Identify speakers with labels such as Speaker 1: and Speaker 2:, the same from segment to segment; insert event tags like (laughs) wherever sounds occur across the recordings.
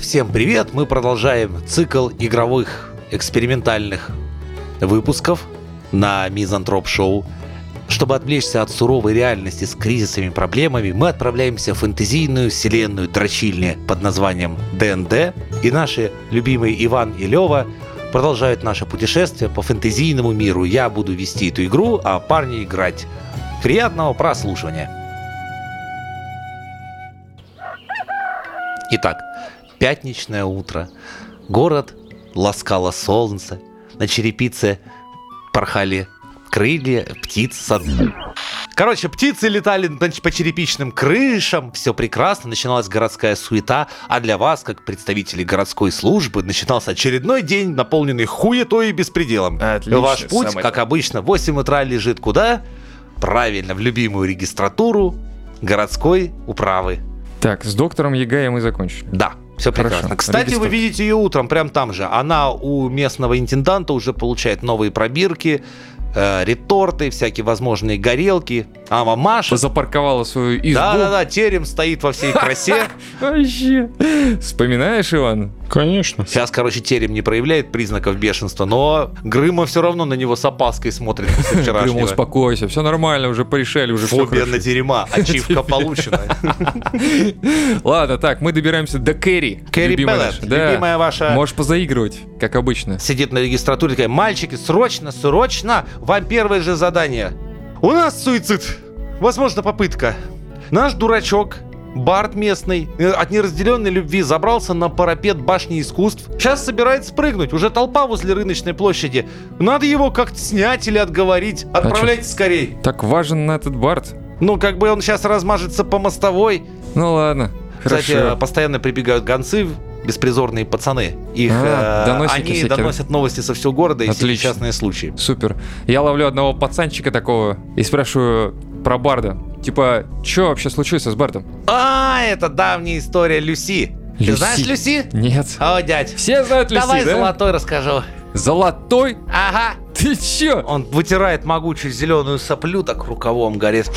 Speaker 1: Всем привет! Мы продолжаем цикл игровых экспериментальных выпусков на Мизантроп Шоу. Чтобы отвлечься от суровой реальности с кризисами и проблемами, мы отправляемся в фэнтезийную вселенную Дрочильни под названием ДНД. И наши любимые Иван и Лева продолжают наше путешествие по фэнтезийному миру. Я буду вести эту игру, а парни играть. Приятного прослушивания! Итак, пятничное утро. Город ласкало солнце. На черепице порхали крылья птиц сад. Короче, птицы летали на ч- по черепичным крышам, все прекрасно, начиналась городская суета, а для вас, как представителей городской службы, начинался очередной день, наполненный хуетой и беспределом.
Speaker 2: Отлично,
Speaker 1: Ваш путь,
Speaker 2: самое
Speaker 1: как обычно, в 8 утра лежит куда? Правильно, в любимую регистратуру городской управы.
Speaker 2: Так, с доктором Ягаем мы закончили.
Speaker 1: Да, все
Speaker 2: Хорошо.
Speaker 1: прекрасно. Кстати, вы
Speaker 2: Регистратор.
Speaker 1: видите ее утром, прям там же. Она у местного интенданта уже получает новые пробирки, э, реторты, всякие возможные горелки. А вам Маша...
Speaker 2: Запарковала свою избу.
Speaker 1: Да-да-да, терем стоит во всей красе.
Speaker 2: (laughs) Вообще. Вспоминаешь, Иван?
Speaker 3: Конечно.
Speaker 1: Сейчас, короче, терем не проявляет признаков бешенства, но Грыма все равно на него с опаской смотрит
Speaker 2: (laughs)
Speaker 1: после
Speaker 2: Крым,
Speaker 1: вчерашнего.
Speaker 2: успокойся, все нормально, уже порешали, уже всё
Speaker 1: Фобия на терема,
Speaker 2: (laughs)
Speaker 1: ачивка получена.
Speaker 2: хорошо. (laughs) Ладно, так, мы добираемся до Кэрри.
Speaker 1: Кэрри
Speaker 2: Любимая
Speaker 1: Пеллет,
Speaker 2: наша. Да.
Speaker 1: любимая ваша.
Speaker 2: Можешь позаигрывать, как обычно.
Speaker 1: сидит на регистратуре, такая, мальчики, срочно, срочно, вам первое же задание. У нас суицид, возможно, попытка. Наш дурачок, Барт местный, э, от неразделенной любви забрался на парапет башни искусств. Сейчас собирается прыгнуть, уже толпа возле рыночной площади. Надо его как-то снять или отговорить.
Speaker 2: А
Speaker 1: Отправляйте скорей.
Speaker 2: Так важен на этот Барт.
Speaker 1: Ну, как бы он сейчас размажется по мостовой.
Speaker 2: Ну ладно,
Speaker 1: Кстати, э,
Speaker 2: хорошо.
Speaker 1: постоянно прибегают гонцы, беспризорные пацаны. Их,
Speaker 2: А,
Speaker 1: э,
Speaker 2: доносики
Speaker 1: они
Speaker 2: всякие.
Speaker 1: доносят новости со всего города и всякие
Speaker 2: Отлично.
Speaker 1: частные случаи.
Speaker 2: Супер. Я ловлю одного пацанчика такого и спрашиваю про Барда. Типа, что вообще случилось с Бардом?
Speaker 1: А, это давняя история Люси. Ты
Speaker 2: Люси.
Speaker 1: знаешь Люси?
Speaker 2: Нет.
Speaker 1: О, дядь.
Speaker 2: Все знают Люси,
Speaker 1: Давай
Speaker 2: да?
Speaker 1: золотой расскажу.
Speaker 2: Золотой?
Speaker 1: Ага.
Speaker 2: Ты чё?
Speaker 1: Он вытирает могучую зеленую соплю так рукавом, говорит.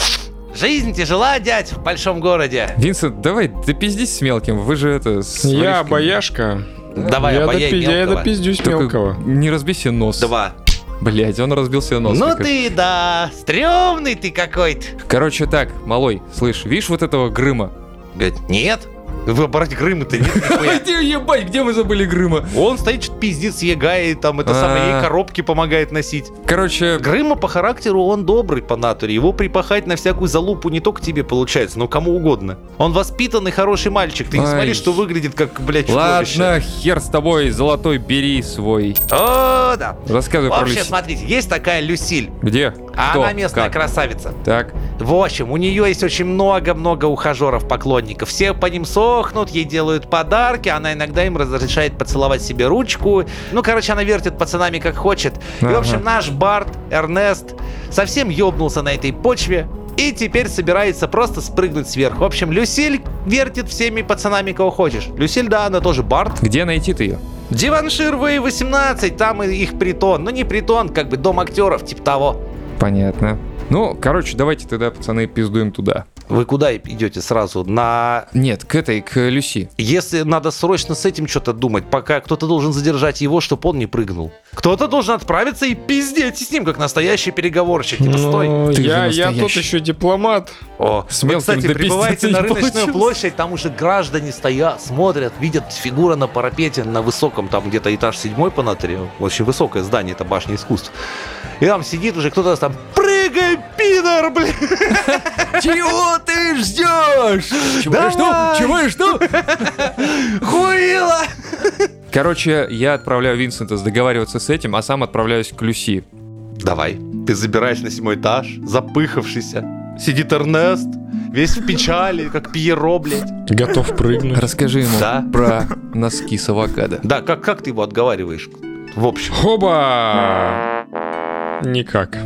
Speaker 1: Жизнь тяжела, дядь, в большом городе.
Speaker 2: Винсент, давай, допиздись с мелким, вы же это... с
Speaker 3: Я
Speaker 2: Валишкиным.
Speaker 3: бояшка.
Speaker 1: Давай,
Speaker 3: я,
Speaker 1: обаяй
Speaker 3: допи- я
Speaker 1: мелкого.
Speaker 3: допиздюсь
Speaker 2: Только
Speaker 3: мелкого.
Speaker 2: не разбей себе нос.
Speaker 1: Два.
Speaker 2: Блять, он разбил себе нос.
Speaker 1: Ну
Speaker 2: Как-
Speaker 1: ты, да, стрёмный ты какой-то.
Speaker 2: Короче, так, малой, слышь, видишь вот этого Грыма?
Speaker 1: (laughs) Говорит, нет. Вы брать Грыма-то нет нихуя».
Speaker 2: (laughs) Ой, ты ебать, где мы забыли Грыма?
Speaker 1: Он стоит, что-то пиздец, егает, там это самое, ей
Speaker 2: А.
Speaker 1: коробки помогает носить.
Speaker 2: Короче,
Speaker 1: Грыма по характеру он добрый по натуре. Его припахать на всякую залупу не только тебе получается, но кому угодно. Он воспитанный хороший мальчик. Ты не
Speaker 2: Ай.
Speaker 1: смотри, что выглядит как, блядь, чудовище.
Speaker 2: ладно, хер с тобой, золотой, бери свой.
Speaker 1: О, да.
Speaker 2: Рассказывай про
Speaker 1: Вообще,
Speaker 2: Люси.
Speaker 1: смотрите, есть такая Люсиль.
Speaker 2: Где?
Speaker 1: А
Speaker 2: Кто?
Speaker 1: она местная
Speaker 2: Как?
Speaker 1: красавица.
Speaker 2: Так,
Speaker 1: В общем, у нее есть очень много-много ухажеров, поклонников. Все по ним сохнут, ей делают подарки, она иногда им разрешает поцеловать себе ручку. Ну, короче, она вертит пацанами как хочет. И, в
Speaker 2: Ага.
Speaker 1: общем, наш Барт, Эрнест, совсем ёбнулся на этой почве. И теперь собирается просто спрыгнуть сверху. В общем, Люсиль вертит всеми пацанами, кого хочешь. Люсиль, да, она тоже Барт.
Speaker 2: где найти ты ее?
Speaker 1: Диваншир В18, там и их притон. Ну, не притон, как бы дом актеров, типа того.
Speaker 2: Понятно. Ну, короче, давайте тогда, пацаны, пиздуем туда.
Speaker 1: Вы куда идете сразу? На
Speaker 2: Нет, к этой, к Люси.
Speaker 1: Если надо срочно с этим что-то думать, пока кто-то должен задержать его, чтобы он не прыгнул. Кто-то должен отправиться и пиздеть с ним, как настоящий переговорщик. Типа, стой.
Speaker 3: Ну,
Speaker 2: Ты же
Speaker 3: я, я тут
Speaker 2: настоящий.
Speaker 3: еще дипломат.
Speaker 1: О,
Speaker 2: с
Speaker 1: вы,
Speaker 2: мелким
Speaker 1: кстати,
Speaker 2: допиздеться
Speaker 1: прибываете
Speaker 2: не
Speaker 1: на рыночную
Speaker 2: получилось.
Speaker 1: площадь, там уже граждане стоят, смотрят, видят фигура на парапете на высоком, там где-то этаж седьмой по натуре, очень высокое здание, это башня искусств. И там сидит уже кто-то там, прыгай, пидор, блин!
Speaker 2: Чего ты ждешь? Чего я жду?
Speaker 1: Давай!
Speaker 2: Чего я жду?
Speaker 1: Хуила!
Speaker 2: Короче, я отправляю Винсента договариваться с этим, а сам отправляюсь к Люси.
Speaker 1: Давай. Ты забираешь на седьмой этаж, запыхавшийся. Сидит Эрнест, весь в печали, как Пьеро, блядь.
Speaker 3: Готов прыгнуть.
Speaker 2: Расскажи ему
Speaker 1: Да.
Speaker 2: про носки с авокадо.
Speaker 1: Да, как, как ты его отговариваешь? В общем,
Speaker 3: Хоба! Никак.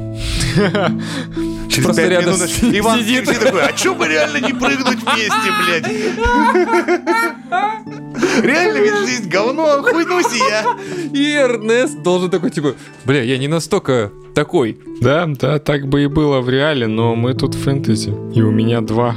Speaker 1: через
Speaker 2: Просто
Speaker 1: пять
Speaker 2: рядом
Speaker 1: минут
Speaker 2: с-
Speaker 1: Иван
Speaker 2: сидит.
Speaker 1: кричит такой, а чё бы реально не прыгнуть вместе, блядь? Реально ведь жизнь говно, хуйнусь и я.
Speaker 2: И Эрнест должен такой, типа, бля, я не настолько такой.
Speaker 3: Да, да, так бы и было в реале, но мы тут в фэнтези. И у меня два.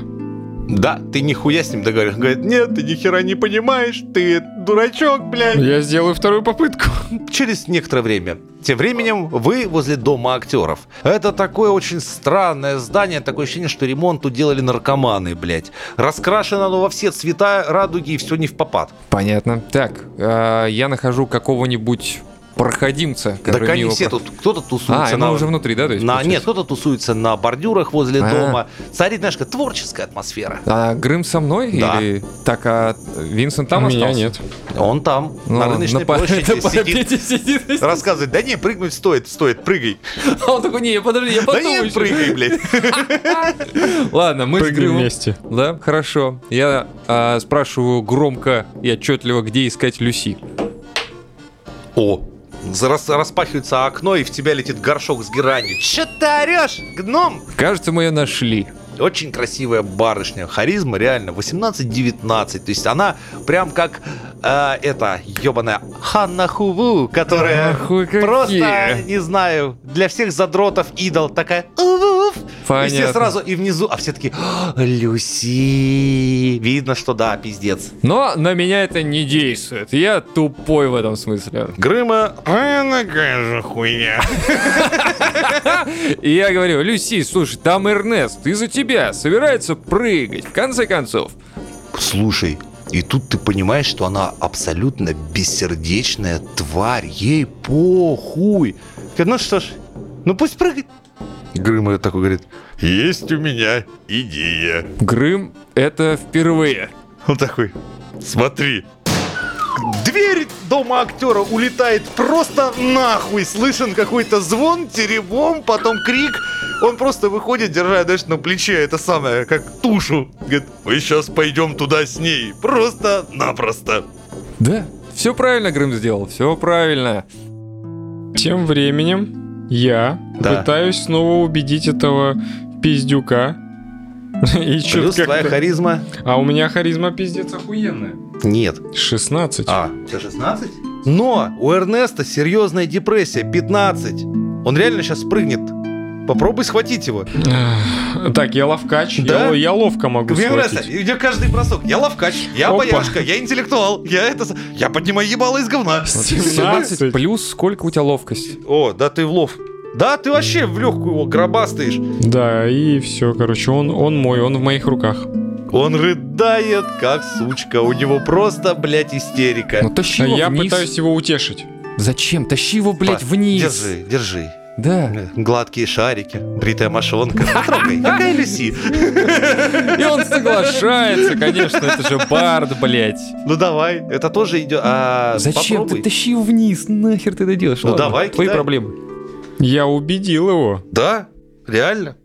Speaker 1: Да, ты нихуя с ним договариваешься. Говорит,
Speaker 4: Нет, ты нихера не понимаешь, ты дурачок, блядь.
Speaker 3: Я сделаю вторую попытку.
Speaker 1: через некоторое время. Тем временем вы возле дома актеров. Это такое очень странное здание, такое ощущение, что ремонт тут делали наркоманы, блядь. Раскрашено оно во все цвета радуги и все не в попад.
Speaker 2: Понятно. Так, а, я нахожу какого-нибудь проходимца.
Speaker 1: Так
Speaker 2: который
Speaker 1: они
Speaker 2: мимо
Speaker 1: все
Speaker 2: про-
Speaker 1: тут, кто-то
Speaker 2: А,
Speaker 1: тусуется
Speaker 2: она
Speaker 1: на...
Speaker 2: уже внутри, да? то есть,
Speaker 1: на-
Speaker 2: получается?
Speaker 1: нет, кто-то тусуется на бордюрах возле
Speaker 2: А.
Speaker 1: дома. Царит, знаешь, какая творческая атмосфера.
Speaker 2: А Грым со мной?
Speaker 1: Да.
Speaker 2: Или... Так, а Винсент там
Speaker 3: У меня
Speaker 2: остался?
Speaker 3: нет.
Speaker 1: Он там,
Speaker 2: Ну,
Speaker 1: на рыночной
Speaker 2: по- (laughs)
Speaker 1: площади
Speaker 2: на
Speaker 1: сидит.
Speaker 2: парапете сидит. (laughs)
Speaker 1: Рассказывает, да не, прыгнуть стоит, стоит, прыгай.
Speaker 2: А он такой, не, я подожди, я
Speaker 1: Да
Speaker 2: потом
Speaker 1: не,
Speaker 2: ещё».
Speaker 1: прыгай, блядь.
Speaker 2: Ладно, мы с
Speaker 3: Прыгнем
Speaker 2: Грымом.
Speaker 3: вместе.
Speaker 2: Да, хорошо. Я а, спрашиваю громко и отчетливо, где искать Люси.
Speaker 1: О, за- рас- распахивается окно, и в тебя летит горшок с геранью. Че ты орешь, гном?
Speaker 2: Кажется, мы ее нашли.
Speaker 1: Очень красивая барышня. Харизма реально 18-19. То есть она прям как э, эта ебаная Ханна Хуву, которая
Speaker 2: Нахуй какие.
Speaker 1: просто, не знаю, для всех задротов идол такая. «Уф». И все
Speaker 2: Понятно.
Speaker 1: сразу и внизу, а все такие «А, Люси. Видно, что да, пиздец.
Speaker 2: Но на меня это не действует. Я тупой в этом смысле.
Speaker 1: Грыма
Speaker 3: А, такая же хуйня.
Speaker 2: И я говорю, Люси, слушай, там Эрнест из-за тебя собирается прыгать, в конце концов.
Speaker 1: Слушай, и тут ты понимаешь, что она абсолютно бессердечная тварь. Ей похуй. Говорит, Ну что ж, ну пусть прыгает. Грыма такой говорит.
Speaker 4: Есть у меня идея.
Speaker 2: Грым это впервые.
Speaker 4: Он такой, смотри.
Speaker 1: Дверь дома актера улетает просто нахуй. Слышен какой-то звон, теребом, потом крик. Он просто выходит, держа, знаешь, на плече это самое, как тушу.
Speaker 4: Говорит, мы сейчас пойдем туда с ней. Просто-напросто.
Speaker 2: Да. Все правильно Грым сделал, все правильно.
Speaker 3: Тем временем я
Speaker 1: Да.
Speaker 3: пытаюсь снова убедить этого пиздюка. (laughs) И чё-то
Speaker 1: Плюс твоя
Speaker 3: как-то-
Speaker 1: харизма?
Speaker 3: А у меня харизма пиздец охуенная.
Speaker 1: Нет.
Speaker 3: 16.
Speaker 1: А. 16? Но у Эрнеста серьезная депрессия, 15. Он реально сейчас прыгнет. Попробуй схватить его.
Speaker 3: Ах, Так, я ловкач.
Speaker 1: Да?
Speaker 3: Я, я ловко могу
Speaker 1: Мне нравится,
Speaker 3: схватить.
Speaker 1: у тебя каждый бросок. Я ловкач, я
Speaker 3: Опа.
Speaker 1: боярышка, я интеллектуал, я это... с- Я поднимаю ебало из
Speaker 2: (laughs)
Speaker 1: говна.
Speaker 2: 17 плюс, сколько у тебя ловкость?
Speaker 1: О, да ты в лов. Да, ты вообще в легкую его гробастаешь.
Speaker 3: Да, и все, короче, он, он мой, он в моих руках.
Speaker 1: Он рыдает, как сучка. У него просто, блядь, истерика.
Speaker 2: Ну тащи его
Speaker 3: я
Speaker 2: вниз.
Speaker 3: пытаюсь его утешить.
Speaker 2: Зачем? Тащи его, блядь,
Speaker 1: Па,
Speaker 2: вниз.
Speaker 1: Держи, держи.
Speaker 2: Да.
Speaker 1: Гладкие шарики, бритая мошонка. Не
Speaker 2: (laughs)
Speaker 1: трогай, какая Люси.
Speaker 2: И он соглашается, конечно, это же Бард, блядь.
Speaker 1: Ну давай, это тоже идет. А,
Speaker 2: Зачем?
Speaker 1: попробуй.
Speaker 2: Ты тащи его вниз, нахер ты это делаешь?
Speaker 1: Ну
Speaker 2: Ладно,
Speaker 1: давай,
Speaker 2: Твои
Speaker 1: кидай.
Speaker 2: проблемы.
Speaker 3: Я убедил его.
Speaker 1: Да, реально.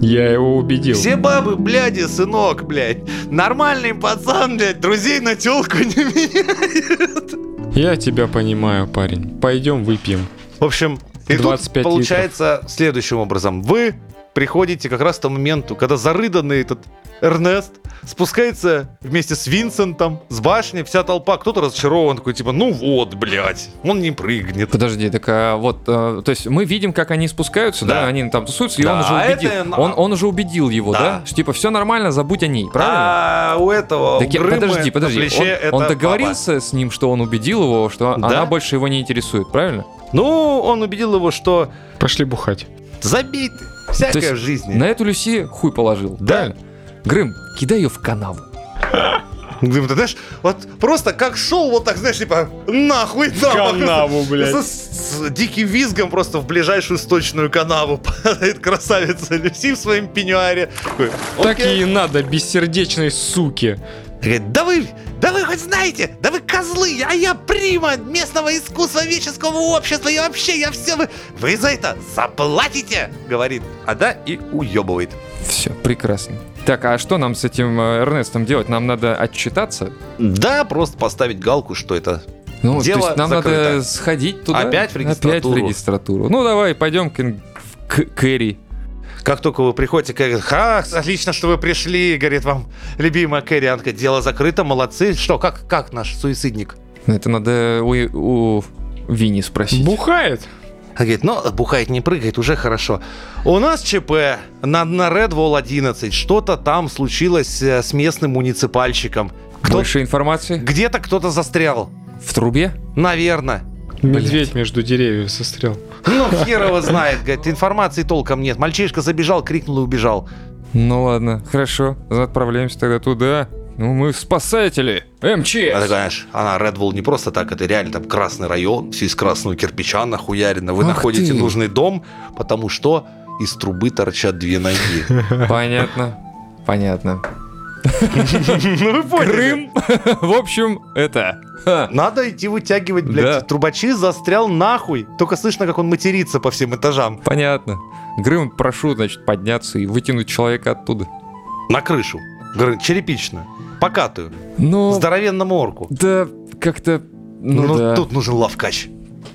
Speaker 3: Я его убедил.
Speaker 1: Все бабы, бляди, сынок, блядь. Нормальный пацан, блядь, друзей на телку не меняет.
Speaker 3: Я тебя понимаю, парень. Пойдем выпьем.
Speaker 1: В общем, и тут
Speaker 3: 25
Speaker 1: получается следующим образом. Вы приходите как раз к тому моменту, когда зарыданный этот Эрнест спускается вместе с Винсентом с башни, вся толпа, кто-то разочарован, такой типа, ну вот, блядь, он не прыгнет.
Speaker 2: Подожди, так а, вот, а, то есть мы видим, как они спускаются, да,
Speaker 1: Да.
Speaker 2: они там тусуются, и
Speaker 1: Да,
Speaker 2: он уже
Speaker 1: а
Speaker 2: убедил,
Speaker 1: это на-
Speaker 2: он, он уже убедил его, да?
Speaker 1: Да.
Speaker 2: Что, типа все нормально, забудь о ней, правильно?
Speaker 1: А у этого
Speaker 2: Так я-
Speaker 1: у Грыма
Speaker 2: подожди,
Speaker 1: на
Speaker 2: подожди,
Speaker 1: плече
Speaker 2: он-
Speaker 1: это
Speaker 2: он,
Speaker 1: баба.
Speaker 2: договорился с ним, что он убедил его, что
Speaker 1: Да.
Speaker 2: она больше его не интересует, правильно?
Speaker 1: Ну, он убедил его, что
Speaker 3: Пошли бухать.
Speaker 1: забей ты, всякое
Speaker 2: То есть
Speaker 1: в жизни.
Speaker 2: На эту Люси хуй положил,
Speaker 1: Да.
Speaker 2: правильно? Грым, кидай ее в канаву.
Speaker 1: Дым, Ну, типа, ты знаешь, вот просто как шел, вот так, знаешь, типа, нахуй, нахуй.
Speaker 3: Канаву, блядь.
Speaker 1: С, с диким визгом просто в ближайшую сточную канаву (laughs) падает красавица Люси в своем пеньюаре. Такой,
Speaker 3: Так
Speaker 1: «Окей».
Speaker 3: ей и надо, бессердечной суки.
Speaker 1: Говорит, да вы, да вы хоть знаете, да вы козлы, а я прима местного искусствоведческого общества, и вообще я все, вы, вы за это заплатите, говорит. А да, и уебывает.
Speaker 2: Все, прекрасно. Так, а что нам с этим э, Эрнестом делать? Нам надо отчитаться?
Speaker 1: Да, просто поставить галку, что это.
Speaker 2: Ну,
Speaker 1: Дело
Speaker 2: то есть нам надо
Speaker 1: закрыто.
Speaker 2: сходить туда.
Speaker 1: Опять в регистратуру.
Speaker 2: Опять в регистратуру. Ну, давай, пойдем к, ин- к Кэрри.
Speaker 1: Как только вы приходите, Кэрри говорит, «Ха, отлично, что вы пришли, говорит вам любимая Кэрри, Она говорит, дело закрыто, молодцы. Что, как, как наш суицидник?
Speaker 2: Это надо у, у Винни спросить.
Speaker 3: Бухает.
Speaker 1: Она говорит, ну, бухает, не прыгает, уже хорошо. У нас ЧП на, на Red Wall 11. Что-то там случилось э, с местным муниципальщиком. Кто-
Speaker 2: Больше информации?
Speaker 1: Где-то кто-то застрял.
Speaker 2: В трубе?
Speaker 1: Наверное.
Speaker 3: Медведь между деревьев сострел.
Speaker 1: Ну, хер его знает, говорит, информации толком нет. Мальчишка забежал, крикнул и убежал.
Speaker 2: Ну ладно, хорошо. Отправляемся тогда туда. Ну, мы спасатели.
Speaker 1: Она,
Speaker 2: МЧС.
Speaker 1: конечно, А она Red Bull не просто так, это реально там красный район, все из красного кирпича нахуярено. Вы
Speaker 2: Ах
Speaker 1: находите
Speaker 2: ты.
Speaker 1: нужный дом, потому что из трубы торчат две
Speaker 2: (laughs)
Speaker 1: ноги.
Speaker 2: Ну, Понятно. Понятно. Ну вы поняли. Крым. (laughs) В общем, это. ха.
Speaker 1: Надо идти вытягивать, блядь,
Speaker 2: Да.
Speaker 1: трубачи застрял нахуй. Только слышно, как он матерится по всем этажам.
Speaker 2: Понятно. Грым, прошу, значит, подняться и вытянуть человека оттуда.
Speaker 1: На крышу. Гры- Черепичную. Покатую.
Speaker 2: Ну,
Speaker 1: Здоровенному орку.
Speaker 2: да, как-то... Ну,
Speaker 1: Ну,
Speaker 2: да.
Speaker 1: тут нужен лавкач.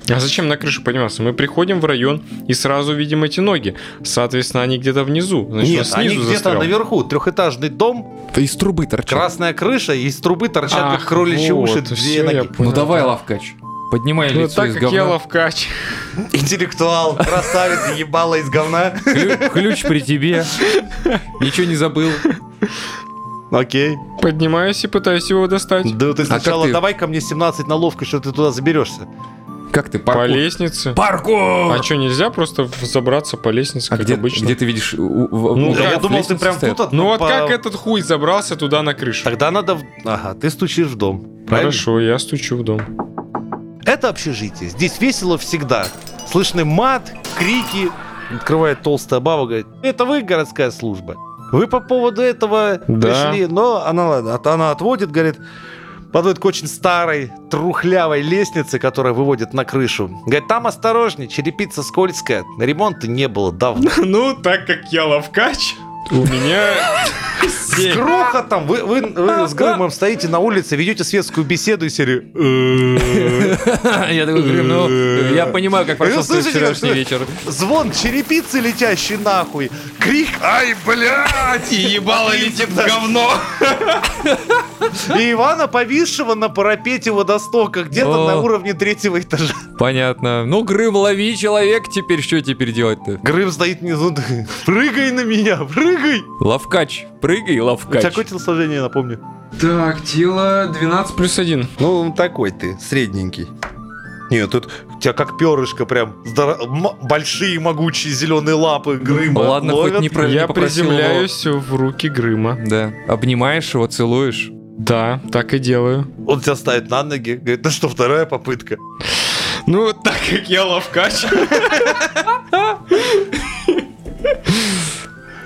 Speaker 3: А зачем на крышу подниматься? Мы приходим в район и сразу видим эти ноги. Соответственно, они где-то внизу.
Speaker 2: Ну
Speaker 3: Значит, он
Speaker 1: Нет, они
Speaker 3: снизу
Speaker 1: где-то
Speaker 3: застрял.
Speaker 1: наверху. Трехэтажный дом,
Speaker 2: Из трубы торчат.
Speaker 1: красная крыша, и из трубы торчат,
Speaker 3: Ах,
Speaker 1: как кроличьи
Speaker 3: вот,
Speaker 1: уши,
Speaker 3: всё,
Speaker 1: две
Speaker 3: я
Speaker 1: ноги.
Speaker 2: Ну
Speaker 3: понял.
Speaker 2: давай, Лавкач, поднимай
Speaker 3: Ну,
Speaker 2: лицо
Speaker 3: так
Speaker 2: из
Speaker 3: как я
Speaker 2: говна.
Speaker 3: ловкач.
Speaker 1: Интеллектуал, красавец, ебало из говна.
Speaker 2: Клю- Ключ при
Speaker 3: (laughs)
Speaker 2: тебе. Ничего не забыл.
Speaker 1: Окей.
Speaker 3: Поднимаюсь и пытаюсь его достать.
Speaker 1: Да ты
Speaker 2: как
Speaker 1: сначала
Speaker 2: ты-
Speaker 1: давай ко мне 17 на ловкость, что ты туда заберешься.
Speaker 2: Как ты,
Speaker 3: По
Speaker 2: паркур?
Speaker 3: лестнице.
Speaker 2: Паркур!
Speaker 3: А что, нельзя просто в- забраться по лестнице,
Speaker 2: А
Speaker 3: как
Speaker 2: где,
Speaker 3: обычно?
Speaker 2: где ты видишь? у- у- в-
Speaker 3: Ну,
Speaker 2: у-
Speaker 3: да,
Speaker 2: как
Speaker 1: я думал, ты
Speaker 2: лестница
Speaker 1: прям
Speaker 2: стоит?
Speaker 1: тут.
Speaker 3: Ну вот
Speaker 1: по-
Speaker 3: как этот хуй забрался туда на крышу?
Speaker 1: Тогда надо... в- Ага, ты стучишь в дом. правильно?
Speaker 3: Хорошо, я стучу в дом.
Speaker 1: Это общежитие. Здесь весело всегда. Слышны мат, крики. Открывает толстая баба, говорит, это вы городская служба. Вы по поводу этого
Speaker 3: Да.
Speaker 1: пришли. Но она, ладно, от- она отводит, говорит, подводит к очень старой, трухлявой лестнице, которая выводит на крышу. Говорит, там осторожней, черепица скользкая. Ремонта не было давно.
Speaker 3: (laughs) Ну, так как я ловкач, у меня...
Speaker 1: С
Speaker 3: семь.
Speaker 1: грохотом! Вы, вы- вы с Грымом стоите на улице, ведете светскую беседу и э, серию... «Э-э-э».
Speaker 2: (laughs) Я такой, Грым, ну, я понимаю, как прошел твой
Speaker 1: слышите, как
Speaker 2: вчерашний вечер.
Speaker 1: Звон черепицы летящий нахуй. Крик
Speaker 4: Ай, блядь!
Speaker 3: И ебало летит в говно.
Speaker 1: И Ивана повисшего на парапете водостока, где-то
Speaker 2: О.
Speaker 1: на уровне третьего этажа.
Speaker 2: Понятно. Ну, Грым, лови человек теперь, что теперь делать-то?
Speaker 1: Грым стоит внизу. Прыгай на меня, прыгай!
Speaker 2: Лавкач, прыгай,
Speaker 1: У тебя какое
Speaker 2: лавкач.
Speaker 1: телосложение, напомню?
Speaker 3: Так, тело 12 плюс 1.
Speaker 5: Ну, такой ты, средненький.
Speaker 1: Нет, тут у тебя как перышко прям. здоро- м- Большие могучие зеленые лапы Грыма
Speaker 2: Ну Ладно, хоть
Speaker 1: ловят.
Speaker 2: не про-
Speaker 3: Я
Speaker 2: попросил
Speaker 3: приземляюсь в руки Грыма.
Speaker 2: Да. Обнимаешь его, целуешь.
Speaker 3: Да, так и делаю.
Speaker 1: Он тебя ставит на ноги, говорит, ну что, вторая попытка.
Speaker 3: Ну, так как я ловкач.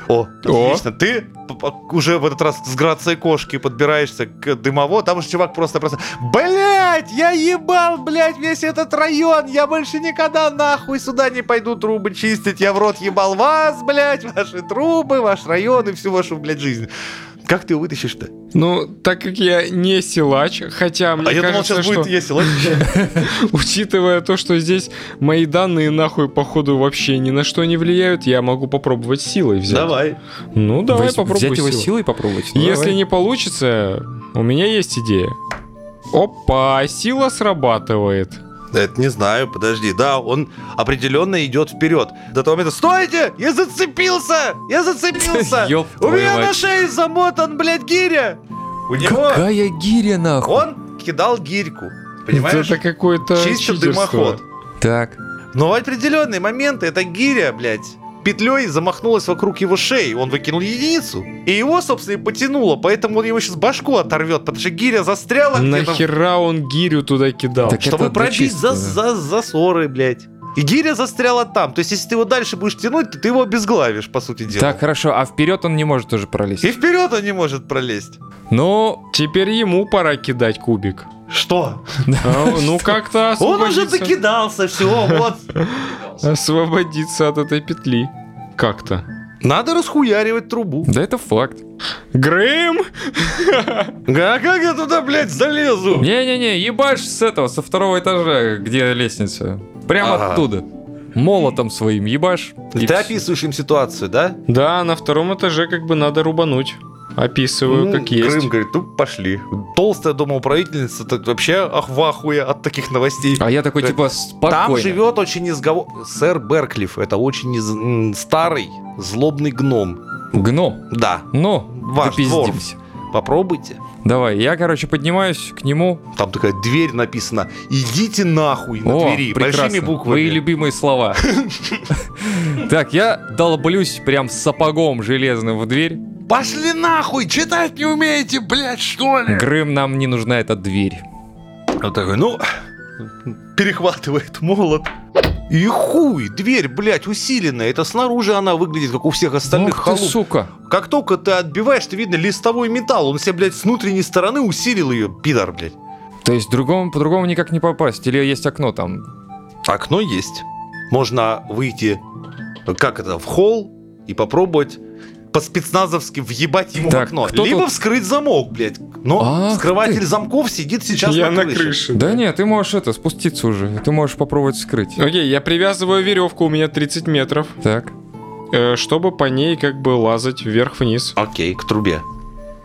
Speaker 1: О,
Speaker 3: О.
Speaker 1: отлично. Ты п- п- уже в этот раз с грацией кошки подбираешься к дымово, там же чувак просто-просто Блять, я ебал, блять, весь этот район, я больше никогда нахуй сюда не пойду трубы чистить, я в рот ебал вас, блять, ваши трубы, ваш район и всю вашу, блядь, жизнь. Как ты его вытащишь-то?
Speaker 3: Ну, так как я не силач, хотя мне
Speaker 1: а я думал,
Speaker 3: кажется,
Speaker 1: сейчас
Speaker 3: что...
Speaker 1: будет если
Speaker 3: (laughs)
Speaker 1: ладно?
Speaker 3: Учитывая то, что здесь мои данные нахуй походу вообще ни на что не влияют, я могу попробовать силой взять.
Speaker 1: Давай.
Speaker 3: Ну давай
Speaker 2: Возь-
Speaker 3: попробуй
Speaker 2: Взять его
Speaker 3: силой.
Speaker 2: силой попробовать. Ну,
Speaker 3: Если
Speaker 2: давай.
Speaker 3: не получится, у меня есть идея. Опа, сила срабатывает.
Speaker 1: Это не знаю, подожди. Да, он определенно идет вперед. До того момента... Стойте! Я зацепился! Я
Speaker 3: (laughs)
Speaker 1: зацепился!
Speaker 2: (laughs) Ёб
Speaker 1: У
Speaker 2: твою
Speaker 1: меня на
Speaker 2: мать.
Speaker 1: шее замотан, блядь, гиря! У него...
Speaker 2: Какая гиря, нахуй.
Speaker 1: Он кидал гирьку. Понимаешь?
Speaker 3: Это какое-то
Speaker 1: Чисто
Speaker 3: читерство.
Speaker 1: дымоход.
Speaker 2: Так.
Speaker 1: Но в определенные моменты эта гиря, блядь, петлей замахнулась вокруг его шеи. Он выкинул единицу. И его, собственно, и потянуло. Поэтому он его сейчас башку оторвет, потому что гиря застряла где-то в
Speaker 3: Нахера он гирю туда кидал?
Speaker 2: Так
Speaker 1: чтобы
Speaker 2: это
Speaker 1: пробить
Speaker 2: дочистка,
Speaker 1: за, за, засоры, блядь. И гиря застряла там. То есть, если ты его дальше будешь тянуть, то ты его обезглавишь, по сути дела.
Speaker 2: Так, хорошо, а вперед он не может тоже пролезть.
Speaker 1: И вперед он не может пролезть.
Speaker 2: Ну,
Speaker 3: Теперь ему пора кидать кубик.
Speaker 1: Что?
Speaker 3: А, Ну как-то
Speaker 1: Он уже
Speaker 3: освободиться-
Speaker 1: докидался, все, вот.
Speaker 3: освободиться от этой петли. Как-то.
Speaker 1: Надо расхуяривать трубу.
Speaker 2: да это факт.
Speaker 3: Грэм!
Speaker 1: А как я туда, блядь, залезу?
Speaker 2: Не-не-не, ебашь с этого, со второго этажа, где лестница. Прямо
Speaker 1: Ага.
Speaker 2: оттуда. Молотом своим ебашь. и
Speaker 1: Ты
Speaker 2: всё.
Speaker 1: описываешь им ситуацию, да?
Speaker 3: Да, на втором этаже как бы надо рубануть. Описываю,
Speaker 1: Ну,
Speaker 3: как
Speaker 1: Крым
Speaker 3: есть.
Speaker 1: говорит, ну пошли. Толстая домоуправительница так вообще ах, в ахуе от таких новостей.
Speaker 2: А я такой, типа, спокойно.
Speaker 6: Там живет очень изговор... Сэр Берклифф, это очень из- м, старый, злобный гном.
Speaker 2: Гном.
Speaker 6: Да,
Speaker 2: Ну,
Speaker 1: Ваш
Speaker 2: допиздимся.
Speaker 6: попробуйте.
Speaker 2: Давай, я, короче, поднимаюсь к нему.
Speaker 1: Там такая дверь написана. Идите нахуй на
Speaker 2: О,
Speaker 1: двери.
Speaker 2: прекрасно.
Speaker 1: Большими буквами.
Speaker 2: Мои
Speaker 1: (laughs)
Speaker 2: любимые слова. Так, я долблюсь прям с сапогом железным в дверь.
Speaker 1: Пошли нахуй, читать не умеете, блядь, что ли?
Speaker 2: Грым, нам не нужна эта дверь.
Speaker 1: Он такой, ну, перехватывает молот. И хуй, дверь, блядь, усиленная. Это снаружи она выглядит, как у всех остальных
Speaker 2: Ох ты,
Speaker 1: халуп.
Speaker 2: сука.
Speaker 1: Как только ты отбиваешь, ты видно листовой металл. Он себе, блядь, с внутренней стороны усилил ее, пидор, блядь.
Speaker 2: То есть другому, по-другому никак не попасть? Или есть окно там?
Speaker 1: Окно есть. Можно выйти, как это, в холл и попробовать по-спецназовски въебать ему в
Speaker 2: Так,
Speaker 1: окно.
Speaker 2: кто
Speaker 1: Либо
Speaker 2: тут? А,
Speaker 1: вскрыть замок, блядь. Но
Speaker 2: Ах
Speaker 1: скрыватель
Speaker 2: ты.
Speaker 1: замков сидит сейчас
Speaker 3: Я
Speaker 1: на
Speaker 3: на
Speaker 1: крыше.
Speaker 3: крыше.
Speaker 2: Да нет, ты можешь это, спуститься уже. Ты можешь попробовать скрыть.
Speaker 3: Окей, я привязываю веревку, у меня 30 метров,
Speaker 2: Так.
Speaker 3: э, чтобы по ней как бы лазать вверх-вниз.
Speaker 6: Окей, к трубе.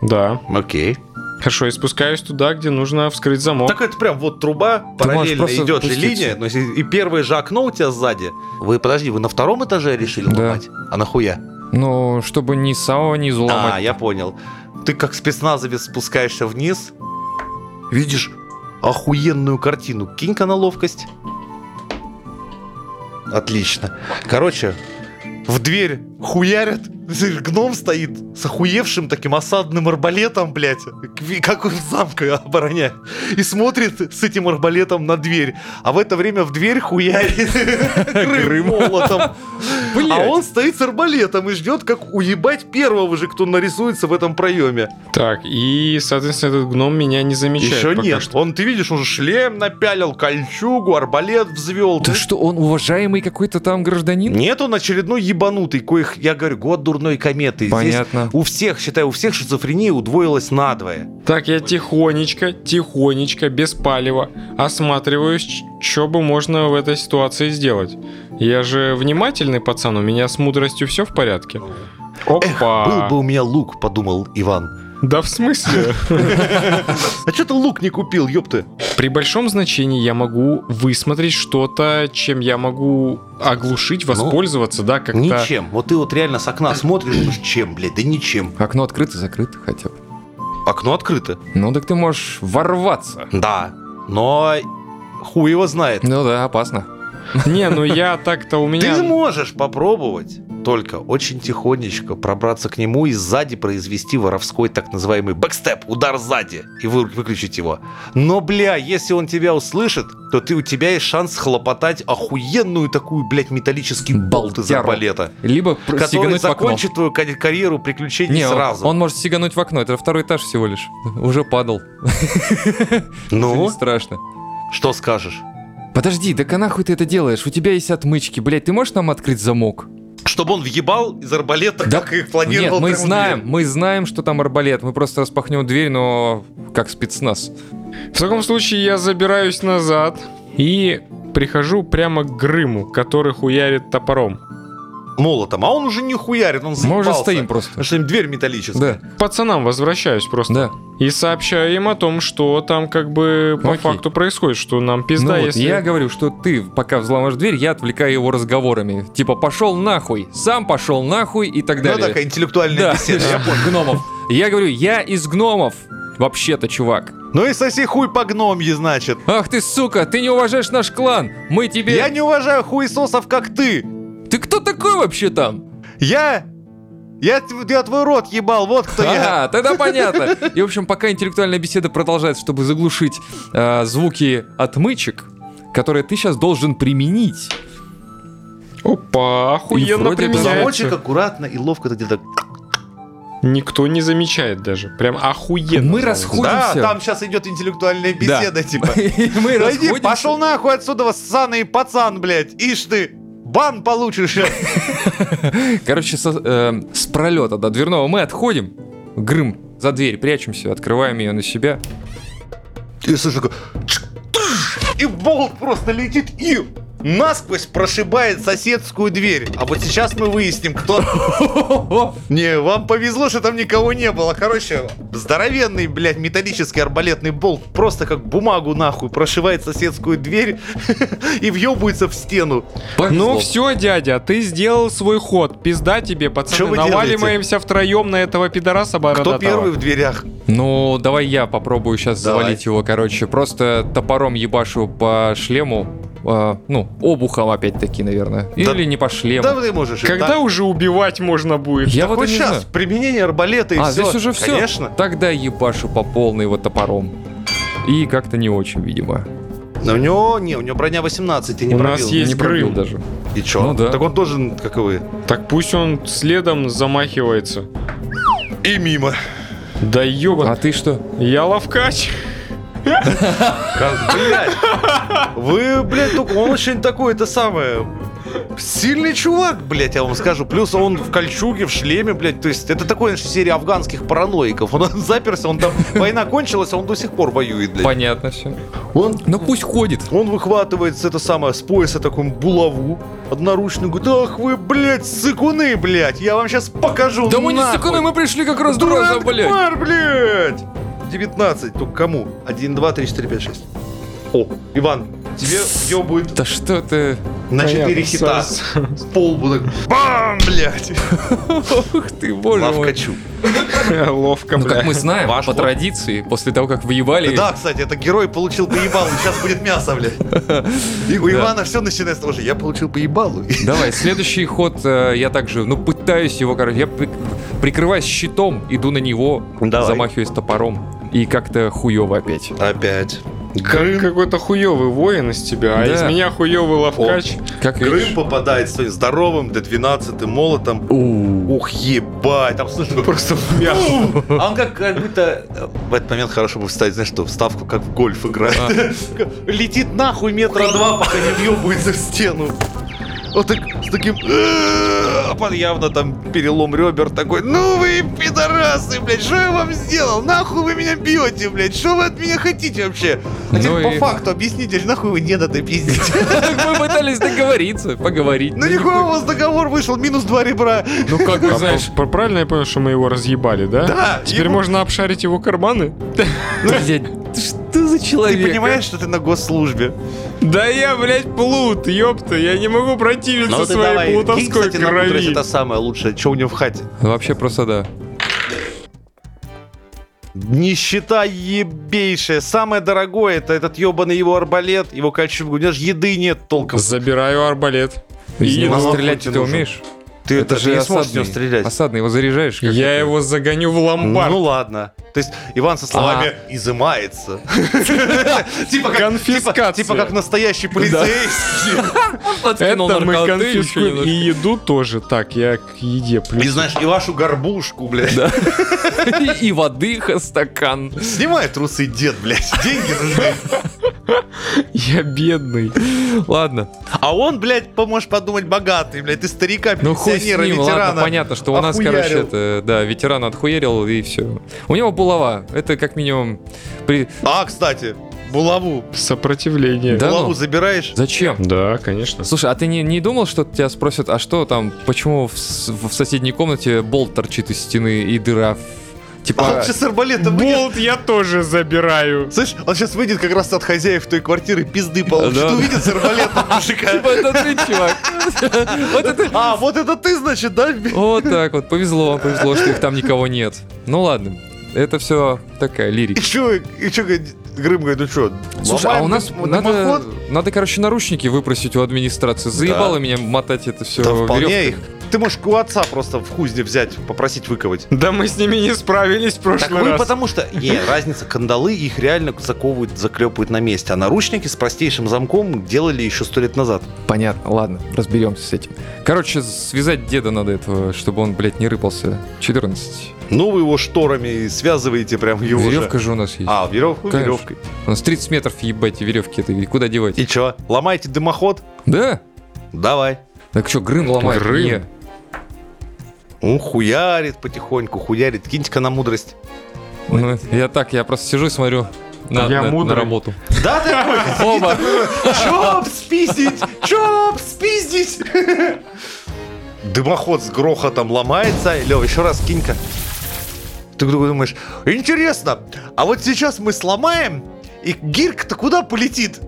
Speaker 3: Да.
Speaker 6: Окей.
Speaker 3: Хорошо, и спускаюсь туда, где нужно вскрыть замок.
Speaker 1: Так это прям вот труба,
Speaker 2: можешь
Speaker 1: параллельно
Speaker 2: просто
Speaker 1: идет же
Speaker 2: опуститься.
Speaker 1: линия, но если- и первое же окно у тебя сзади.
Speaker 6: Вы, подожди, вы на втором этаже решили
Speaker 2: Да.
Speaker 6: ломать? А нахуя?
Speaker 2: Ну, чтобы ни с самого низу
Speaker 1: А,
Speaker 2: ломать.
Speaker 1: я понял. Ты как спецназовец спускаешься вниз, видишь охуенную картину. Кинь-ка на ловкость. Отлично. Короче, в дверь хуярят. (laughs) Гном стоит с охуевшим таким осадным арбалетом, блядь, как он замка обороняет. И смотрит с этим арбалетом на дверь. А в это время в дверь хуярит (laughs) Крым молотом. А
Speaker 2: Блядь.
Speaker 1: он стоит с арбалетом и ждет, как уебать первого же, кто нарисуется в этом проеме.
Speaker 3: Так, и, соответственно, этот гном меня не замечает.
Speaker 1: Еще
Speaker 3: пока
Speaker 1: нет.
Speaker 3: что.
Speaker 1: Он, ты видишь, уже шлем напялил, кольчугу, арбалет взвел.
Speaker 2: Да что, он уважаемый какой-то там гражданин?
Speaker 1: Нет, он очередной ебанутый, коих, я говорю, год дурной кометы. Здесь
Speaker 2: Понятно.
Speaker 1: у всех, считай, у всех шизофрения удвоилась надвое.
Speaker 3: Так, я тихонечко, тихонечко, без палева осматриваюсь, что бы можно в этой ситуации сделать. Я же внимательный пацан, у меня с мудростью все в порядке. Опа!
Speaker 1: Был бы у меня лук, подумал Иван.
Speaker 3: Да в смысле?
Speaker 1: А что ты лук не купил, ёпты?
Speaker 3: При большом значении я могу высмотреть что-то, чем я могу оглушить,
Speaker 2: Ну,
Speaker 3: воспользоваться, да, как-то...
Speaker 6: Ничем. Вот ты вот реально с окна смотришь, думаешь, чем, блядь, да ничем.
Speaker 2: Окно открыто, закрыто хотя бы.
Speaker 1: Окно открыто.
Speaker 2: Ну так ты можешь ворваться.
Speaker 6: Да.
Speaker 1: Но хуй его знает.
Speaker 2: Ну да, опасно.
Speaker 3: (laughs) Не, ну я так-то у
Speaker 1: Ты
Speaker 3: меня...
Speaker 1: можешь попробовать, только очень тихонечко пробраться к нему и сзади произвести воровской так называемый бэкстеп, удар сзади, и вы- выключить его. Но, бля, если он тебя услышит, то ты, у тебя есть шанс хлопотать охуенную такую, блядь, металлический болт из
Speaker 2: Болтяру.
Speaker 1: арбалета,
Speaker 2: Либо пр-
Speaker 1: который
Speaker 2: сигануть в окно.
Speaker 1: закончит твою карь- карьеру приключений
Speaker 2: Не, он-
Speaker 1: сразу.
Speaker 2: Он, может сигануть в окно, это второй этаж всего лишь. Уже падал. Это
Speaker 1: Ну,
Speaker 2: не страшно.
Speaker 1: что скажешь?
Speaker 2: Подожди, да а нахуй ты это делаешь? У тебя есть отмычки, блядь, ты можешь нам открыть замок?
Speaker 1: Чтобы он въебал из арбалета,
Speaker 2: Да.
Speaker 1: как их
Speaker 2: Нет,
Speaker 1: планировал.
Speaker 2: мы
Speaker 1: прямо в
Speaker 2: знаем,
Speaker 1: дверь?
Speaker 2: мы знаем, что там арбалет. Мы просто распахнем дверь, но как спецназ.
Speaker 3: В таком случае я забираюсь назад и прихожу прямо к Грыму, который хуярит топором.
Speaker 1: Молотом, а он уже не хуярит, он
Speaker 2: Мы уже
Speaker 1: заебался.
Speaker 2: стоим просто.
Speaker 1: Потому что им дверь металлическая.
Speaker 2: Да,
Speaker 3: К Пацанам возвращаюсь просто.
Speaker 2: да.
Speaker 3: И сообщаю им о том, что там как бы по
Speaker 2: Окей.
Speaker 3: факту происходит, что нам
Speaker 2: Ну
Speaker 3: пизда,
Speaker 2: вот,
Speaker 3: если...
Speaker 2: я говорю, что ты, пока взломаешь дверь, я отвлекаю его разговорами. Типа, пошел нахуй, сам пошел нахуй и так
Speaker 1: Ну,
Speaker 2: далее.
Speaker 1: такая интеллектуальная
Speaker 2: да, (laughs)
Speaker 1: беседа.
Speaker 2: я понял, гномов. Я говорю, я из гномов. Вообще-то, чувак.
Speaker 1: (laughs) Ну и соси хуй по гномье, значит.
Speaker 2: Ах ты, сука, ты не уважаешь наш клан. Мы тебе...
Speaker 1: Я не уважаю хуесосов, как ты.
Speaker 2: Ты кто такой вообще там?
Speaker 1: Я... Я, т- я твой рот ебал, вот кто я.
Speaker 2: А, тогда понятно. И, в общем, пока интеллектуальная беседа продолжается, чтобы заглушить э, звуки отмычек, которые ты сейчас должен применить.
Speaker 3: Опа,
Speaker 2: И
Speaker 3: охуенно
Speaker 2: вроде бы
Speaker 6: Замочек
Speaker 3: применяется.
Speaker 6: аккуратно и ловко так где-то.
Speaker 3: Никто не замечает даже. Прям охуенно.
Speaker 2: Мы
Speaker 3: становится.
Speaker 2: расху-
Speaker 1: Да,
Speaker 2: хуйся.
Speaker 1: там сейчас идет интеллектуальная беседа,
Speaker 2: (laughs)
Speaker 1: типа.
Speaker 2: И мы
Speaker 1: Да иди,
Speaker 2: расходимся.
Speaker 1: пошел нахуй отсюда, ссаный пацан, блядь. Ишь ты, бан получишь. э».
Speaker 2: Короче, со- э, с пролета до дверного мы отходим. Грым за дверь прячемся, открываем ее на себя.
Speaker 1: И слышу, такой, и болт просто летит и насквозь прошибает соседскую дверь. А вот сейчас мы выясним, кто...
Speaker 3: Ну,
Speaker 1: Не, вам повезло, что там никого не было. Короче, здоровенный, блядь, металлический арбалетный болт просто как бумагу нахуй прошивает соседскую дверь (laughs) и въебывается в стену.
Speaker 3: Ну все, дядя, ты сделал свой ход. Пизда тебе,
Speaker 1: Чё
Speaker 3: пацаны.
Speaker 1: вы
Speaker 3: Наваливаемся втроем на этого пидораса
Speaker 1: Кто
Speaker 3: бородатого.
Speaker 1: первый в дверях?
Speaker 2: Ну, давай я попробую сейчас
Speaker 1: Давай.
Speaker 2: завалить его, короче. Просто топором ебашу по шлему. а, ну, обухом опять-таки, наверное.
Speaker 1: Да-
Speaker 2: Или не по шлему.
Speaker 1: Да ты можешь. и
Speaker 3: Когда
Speaker 1: так.
Speaker 3: уже убивать можно будет?
Speaker 2: я
Speaker 1: Да
Speaker 2: вот
Speaker 1: хоть
Speaker 2: и не
Speaker 1: сейчас
Speaker 2: знаю.
Speaker 1: применение арбалета и
Speaker 2: А,
Speaker 1: все.
Speaker 2: здесь уже все.
Speaker 1: Конечно.
Speaker 2: Тогда ебашу по полной его топором. И как-то не очень, видимо.
Speaker 1: Но у него, не, у него броня 18, ты не
Speaker 3: У
Speaker 1: пробил.
Speaker 3: нас есть
Speaker 2: не пробил
Speaker 3: Грым.
Speaker 2: даже.
Speaker 1: И чё?
Speaker 2: Ну да.
Speaker 1: Так он должен, как и вы.
Speaker 3: Так пусть он следом замахивается.
Speaker 1: И мимо.
Speaker 3: Да
Speaker 2: А
Speaker 3: ёба,
Speaker 2: ты что?
Speaker 3: я ловкач. (laughs)
Speaker 1: Как, блядь. Вы, блядь, только он очень такой, это самое... Сильный чувак, блядь, я вам скажу. Плюс он в кольчуге, в шлеме, блядь. То есть это такой знаешь, серия афганских параноиков. Он (laughs) заперся, он там... Война кончилась, а он до сих пор воюет, блядь.
Speaker 2: Понятно все.
Speaker 1: Он
Speaker 2: Ну пусть ходит.
Speaker 1: Он выхватывает с- это самое, с пояса такую булаву одноручную, говорит, ах вы, блядь, сыкуны, блядь, я вам сейчас покажу,
Speaker 2: Да мы не
Speaker 1: нахуй!»
Speaker 2: секунды, мы пришли как раз
Speaker 1: Дурак,
Speaker 2: дурак, блядь.
Speaker 1: тварь, блядь! 19, только кому? 1, 2, 3, 4, 5, 6. О, Иван, тебе ее будет
Speaker 2: Да что ты?
Speaker 1: на 4
Speaker 3: Понятно,
Speaker 1: хита.
Speaker 3: с-
Speaker 1: С полбу так, бам, блядь!
Speaker 2: Ух ты, боже мой.
Speaker 1: Лавкачу.
Speaker 3: Ловко,
Speaker 2: Ну, как
Speaker 3: бля.
Speaker 2: мы знаем,
Speaker 1: Ваш
Speaker 2: по
Speaker 1: ход.
Speaker 2: традиции, после того, как выебали...
Speaker 1: Да, кстати, это герой получил поебалу, сейчас будет мясо, блядь. И у
Speaker 2: Да.
Speaker 1: Ивана все начинается тоже, я получил поебалу.
Speaker 2: Давай, следующий ход э, я также, ну, пытаюсь его, короче, я при- прикрываюсь щитом, иду на него,
Speaker 1: Давай.
Speaker 2: замахиваюсь топором. И как-то хуево опять.
Speaker 1: Опять.
Speaker 3: Как какой-то хуёвый воин из тебя,
Speaker 2: Да.
Speaker 3: а из меня хуёвый ловкач.
Speaker 2: Как
Speaker 1: Крым
Speaker 2: видишь. (laughs)
Speaker 1: попадает своим здоровым Д-12 молотом.
Speaker 2: У.
Speaker 1: Ух, ебать, там слышно просто мясо. А он как, как будто... э, В этот момент хорошо бы встать, знаешь что, вставку как в гольф играет.
Speaker 2: А.
Speaker 1: (laughs) Летит нахуй метра два, пока не въебывается в стену. Вот так, с таким... «Э-э-э», под Явно там перелом ребер такой. Ну вы пидорасы, блядь, что я вам сделал? Нахуй вы меня бьете, блядь? Что вы от меня хотите вообще? Хотя
Speaker 2: Ну
Speaker 1: бы по
Speaker 2: и-
Speaker 1: факту объясните, нахуй вы не надо пиздить.
Speaker 2: Мы пытались договориться, поговорить.
Speaker 1: Ну нихуя у вас договор вышел, минус два ребра.
Speaker 2: Ну как
Speaker 3: А
Speaker 2: бы, знаешь,
Speaker 3: п- Правильно я понял, что мы его разъебали, да?
Speaker 1: Да,
Speaker 3: Теперь
Speaker 1: ему-
Speaker 3: можно обшарить его карманы?
Speaker 2: блядь, что за
Speaker 1: Ты
Speaker 2: человек?
Speaker 1: понимаешь, что ты на госслужбе?
Speaker 3: Да я, блядь, плут, ёпта, я не могу противиться
Speaker 1: Ну ты
Speaker 3: своей
Speaker 1: давай, кинь,
Speaker 3: плутовской
Speaker 1: кстати, на мудрость,
Speaker 3: крови.
Speaker 1: это самое лучшее, что у него в хате.
Speaker 2: а? Вообще просто да.
Speaker 1: Нищета ебейшая. Самое дорогое это этот ебаный его арбалет, его кольчугу. У него же еды нет толком.
Speaker 3: Забираю арбалет.
Speaker 2: Из
Speaker 3: И
Speaker 2: него
Speaker 1: нахуй
Speaker 2: стрелять
Speaker 1: тебе
Speaker 2: ты
Speaker 1: нужен.
Speaker 2: умеешь?
Speaker 1: Ты это, же не сможешь с него
Speaker 2: осадный.
Speaker 1: стрелять.
Speaker 2: Осадный, его заряжаешь? как
Speaker 3: я
Speaker 2: это?
Speaker 3: его загоню в
Speaker 1: Ну
Speaker 3: ломбард.
Speaker 1: ладно. То есть Иван со словами
Speaker 3: А.
Speaker 1: изымается. (laughs) (laughs) Типа как-
Speaker 3: Конфискация.
Speaker 1: типа- Типа как настоящий полицейский.
Speaker 3: (laughs)
Speaker 2: Подкинул
Speaker 3: Это мы
Speaker 2: наркоты еще
Speaker 3: конфискуем. И
Speaker 2: немножко.
Speaker 3: еду тоже. Так, я к еде
Speaker 1: И
Speaker 3: плюс.
Speaker 1: знаешь, и вашу горбушку, блядь.
Speaker 2: (laughs) И воды ха, стакан.
Speaker 1: Снимай трусы, дед, блядь. Деньги нужны.
Speaker 3: Я бедный.
Speaker 2: Ладно.
Speaker 1: А он, блядь, поможешь подумать богатый, блядь. Ты старика,
Speaker 2: Ну хуй с
Speaker 1: пенсионера,
Speaker 2: ним, ладно,
Speaker 1: ветерана.
Speaker 2: понятно, что у нас,
Speaker 1: охуярил.
Speaker 2: короче, это, да, ветеран отхуерил и все. У него булава, это как минимум... при-
Speaker 1: А, кстати, булаву.
Speaker 3: Сопротивление.
Speaker 2: Да
Speaker 1: булаву
Speaker 2: ну.
Speaker 1: забираешь?
Speaker 2: Зачем?
Speaker 3: Да, конечно.
Speaker 2: Слушай, а ты не, не думал, что тебя спросят, а что там, почему в, с- в соседней комнате болт торчит из стены и дыра?
Speaker 1: А
Speaker 2: в-
Speaker 1: он
Speaker 2: Типа,
Speaker 1: сейчас с арбалетом выйдет.
Speaker 3: Болт я тоже забираю.
Speaker 1: Слышь, он сейчас выйдет как раз от хозяев той квартиры, пизды получит,
Speaker 2: Да.
Speaker 1: увидит с
Speaker 2: (laughs)
Speaker 1: арбалетом мужика.
Speaker 2: типа, это ты, чувак. (laughs) Вот это...
Speaker 1: А, вот это ты, значит, да?
Speaker 2: Вот так вот, повезло вам, повезло, что их там никого нет. Ну ладно, это все такая
Speaker 1: И
Speaker 2: лирика.
Speaker 1: чё, и чё, говорит, Грым говорит, ну чё,
Speaker 2: Слушай, а
Speaker 1: ломаем
Speaker 2: у нас
Speaker 1: дым-
Speaker 2: надо,
Speaker 1: дымоход?
Speaker 2: надо, короче, наручники выпросить у администрации. Заебало меня мотать это все
Speaker 1: Да вполне их. Ты можешь у отца просто в хузне взять, попросить выковать.
Speaker 3: Да мы с ними не справились в
Speaker 1: Так
Speaker 3: прошлый
Speaker 1: вы
Speaker 3: раз.
Speaker 1: потому что... Не, разница, кандалы их реально заковывают, заклепывают на месте, а наручники с простейшим замком делали еще сто лет назад.
Speaker 2: Понятно, ладно, разберемся с этим. Короче, связать деда надо этого, чтобы он, блядь, не рыпался. 14.
Speaker 1: Ну вы его шторами связываете прям его же.
Speaker 2: Веревка же у нас есть.
Speaker 1: А, веревку,
Speaker 2: Конечно.
Speaker 1: веревкой.
Speaker 2: У нас 30 метров, ебать, веревки это. И куда девать?
Speaker 1: И чё, ломаете дымоход?
Speaker 2: Да?
Speaker 1: Давай.
Speaker 2: Так что, Грым ломает?
Speaker 3: Грым.
Speaker 2: Не.
Speaker 1: Он хуярит потихоньку, хуярит. Киньте-ка на мудрость.
Speaker 2: Ну, я так, я просто сижу и смотрю на,
Speaker 3: Я
Speaker 2: на- на
Speaker 3: мудрый.
Speaker 2: работу.
Speaker 1: Да, ты
Speaker 2: Оба.
Speaker 1: Чё обсписить? Чоп, спиздить! Дымоход с грохотом ломается. Лева, еще раз кинь-ка. Ты такой думаешь, интересно, а вот сейчас мы сломаем, и гирька-то куда полетит?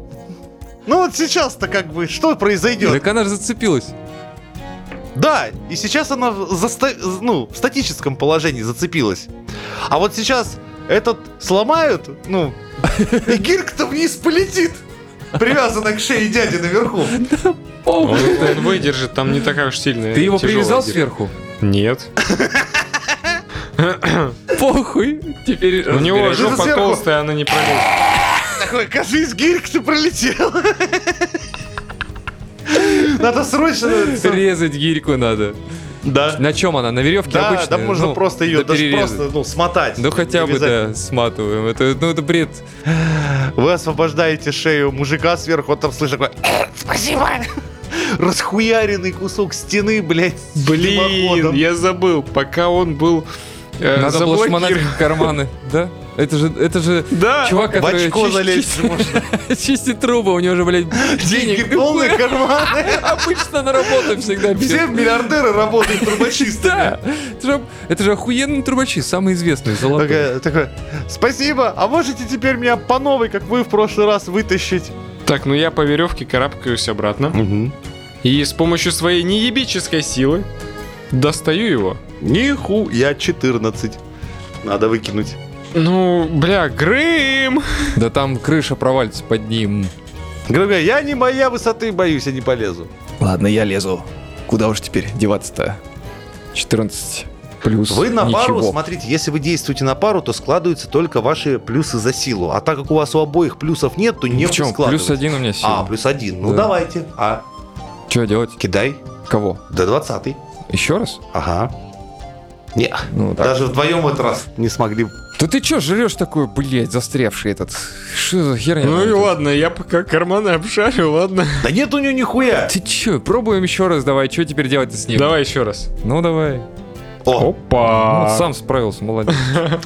Speaker 1: Ну вот сейчас-то как бы что произойдет?
Speaker 2: Так она же зацепилась.
Speaker 1: Да, и сейчас она в- за ста- ну, в статическом положении зацепилась. А вот сейчас этот сломают, ну, и гирька-то вниз полетит, привязанная к шее дяди наверху.
Speaker 2: О,
Speaker 3: Он, он выдержит, там не такая уж сильная.
Speaker 2: ты его
Speaker 3: тяжелая
Speaker 2: привязал
Speaker 3: гиря.
Speaker 2: сверху?
Speaker 3: Нет.
Speaker 2: Похуй. Теперь
Speaker 3: У него
Speaker 2: разбирай.
Speaker 1: же-
Speaker 3: жопа
Speaker 1: сверху.
Speaker 3: толстая, она не пролезет.
Speaker 1: Такой, кажись, гирька-то пролетела. Надо срочно...
Speaker 2: Резать гирику надо.
Speaker 1: Да.
Speaker 2: На чем она? На веревке
Speaker 1: Да,
Speaker 2: обычной?
Speaker 1: да можно
Speaker 2: Ну,
Speaker 1: просто ее
Speaker 2: да
Speaker 1: даже
Speaker 2: перерезать.
Speaker 1: просто, ну, смотать.
Speaker 2: Ну хотя бы,
Speaker 1: Обязательно.
Speaker 2: да, сматываем. Это, ну, это бред.
Speaker 1: Вы освобождаете шею мужика сверху, он там слышит такое «Э, «Спасибо!» Расхуяренный кусок стены, блядь, с
Speaker 3: Блин,
Speaker 1: дымоходом.
Speaker 3: я забыл, пока он был э,
Speaker 2: Надо было шмонать
Speaker 3: заблокирован.
Speaker 2: карманы, да? Это же, это же
Speaker 3: Да,
Speaker 2: чувак,
Speaker 1: В
Speaker 2: который
Speaker 1: очко
Speaker 2: чист-
Speaker 1: залезть можно.
Speaker 2: чист- чистит трубы, у него же, блядь,
Speaker 1: (laughs) Деньги
Speaker 2: (laughs) денег.
Speaker 1: полные
Speaker 2: хуя.
Speaker 1: карманы.
Speaker 2: (laughs) Обычно на работу всегда
Speaker 1: Все
Speaker 2: берет.
Speaker 1: миллиардеры работают трубочистами.
Speaker 2: (laughs) Да, это же, это же охуенный трубачи, самый известный, золотой.
Speaker 1: Такая- такой, спасибо, а можете теперь меня по новой, как вы в прошлый раз, вытащить?
Speaker 3: Так, ну я по веревке карабкаюсь обратно. И с помощью своей неебической силы достаю его.
Speaker 1: Нихуя 14. Надо выкинуть.
Speaker 3: Ну, бля, Грым!
Speaker 2: Да там крыша провалится под ним.
Speaker 1: Говорю, я не моя высоты боюсь, я не полезу.
Speaker 7: Ладно, я лезу. Куда уж теперь деваться-то?
Speaker 2: 14 плюс
Speaker 1: Вы на пару,
Speaker 2: ничего.
Speaker 1: смотрите, если вы действуете на пару, то складываются только ваши плюсы за силу. А так как у вас у обоих плюсов нет, то не
Speaker 2: в чем?
Speaker 1: складывать.
Speaker 2: Плюс один у меня
Speaker 1: А,
Speaker 2: сила.
Speaker 1: плюс один. Ну
Speaker 2: Да.
Speaker 1: давайте. А,
Speaker 2: Че делать?
Speaker 1: кидай.
Speaker 2: Кого?
Speaker 1: До 20
Speaker 2: Еще раз?
Speaker 1: Ага. Не,
Speaker 2: Ну так.
Speaker 1: даже вдвоем в этот раз не смогли.
Speaker 2: Да ты чё жрешь такой, блядь, застрявший этот? Что за херня?
Speaker 3: Ну и
Speaker 2: Это?
Speaker 3: ладно, я пока карманы обшарю, ладно.
Speaker 1: Да нет у нее нихуя.
Speaker 2: Ты чё, пробуем еще раз, давай, что теперь делать с ним?
Speaker 3: Давай А. еще раз.
Speaker 2: Ну давай.
Speaker 1: О,
Speaker 2: Ну,
Speaker 3: Опа!
Speaker 2: сам справился, молодец.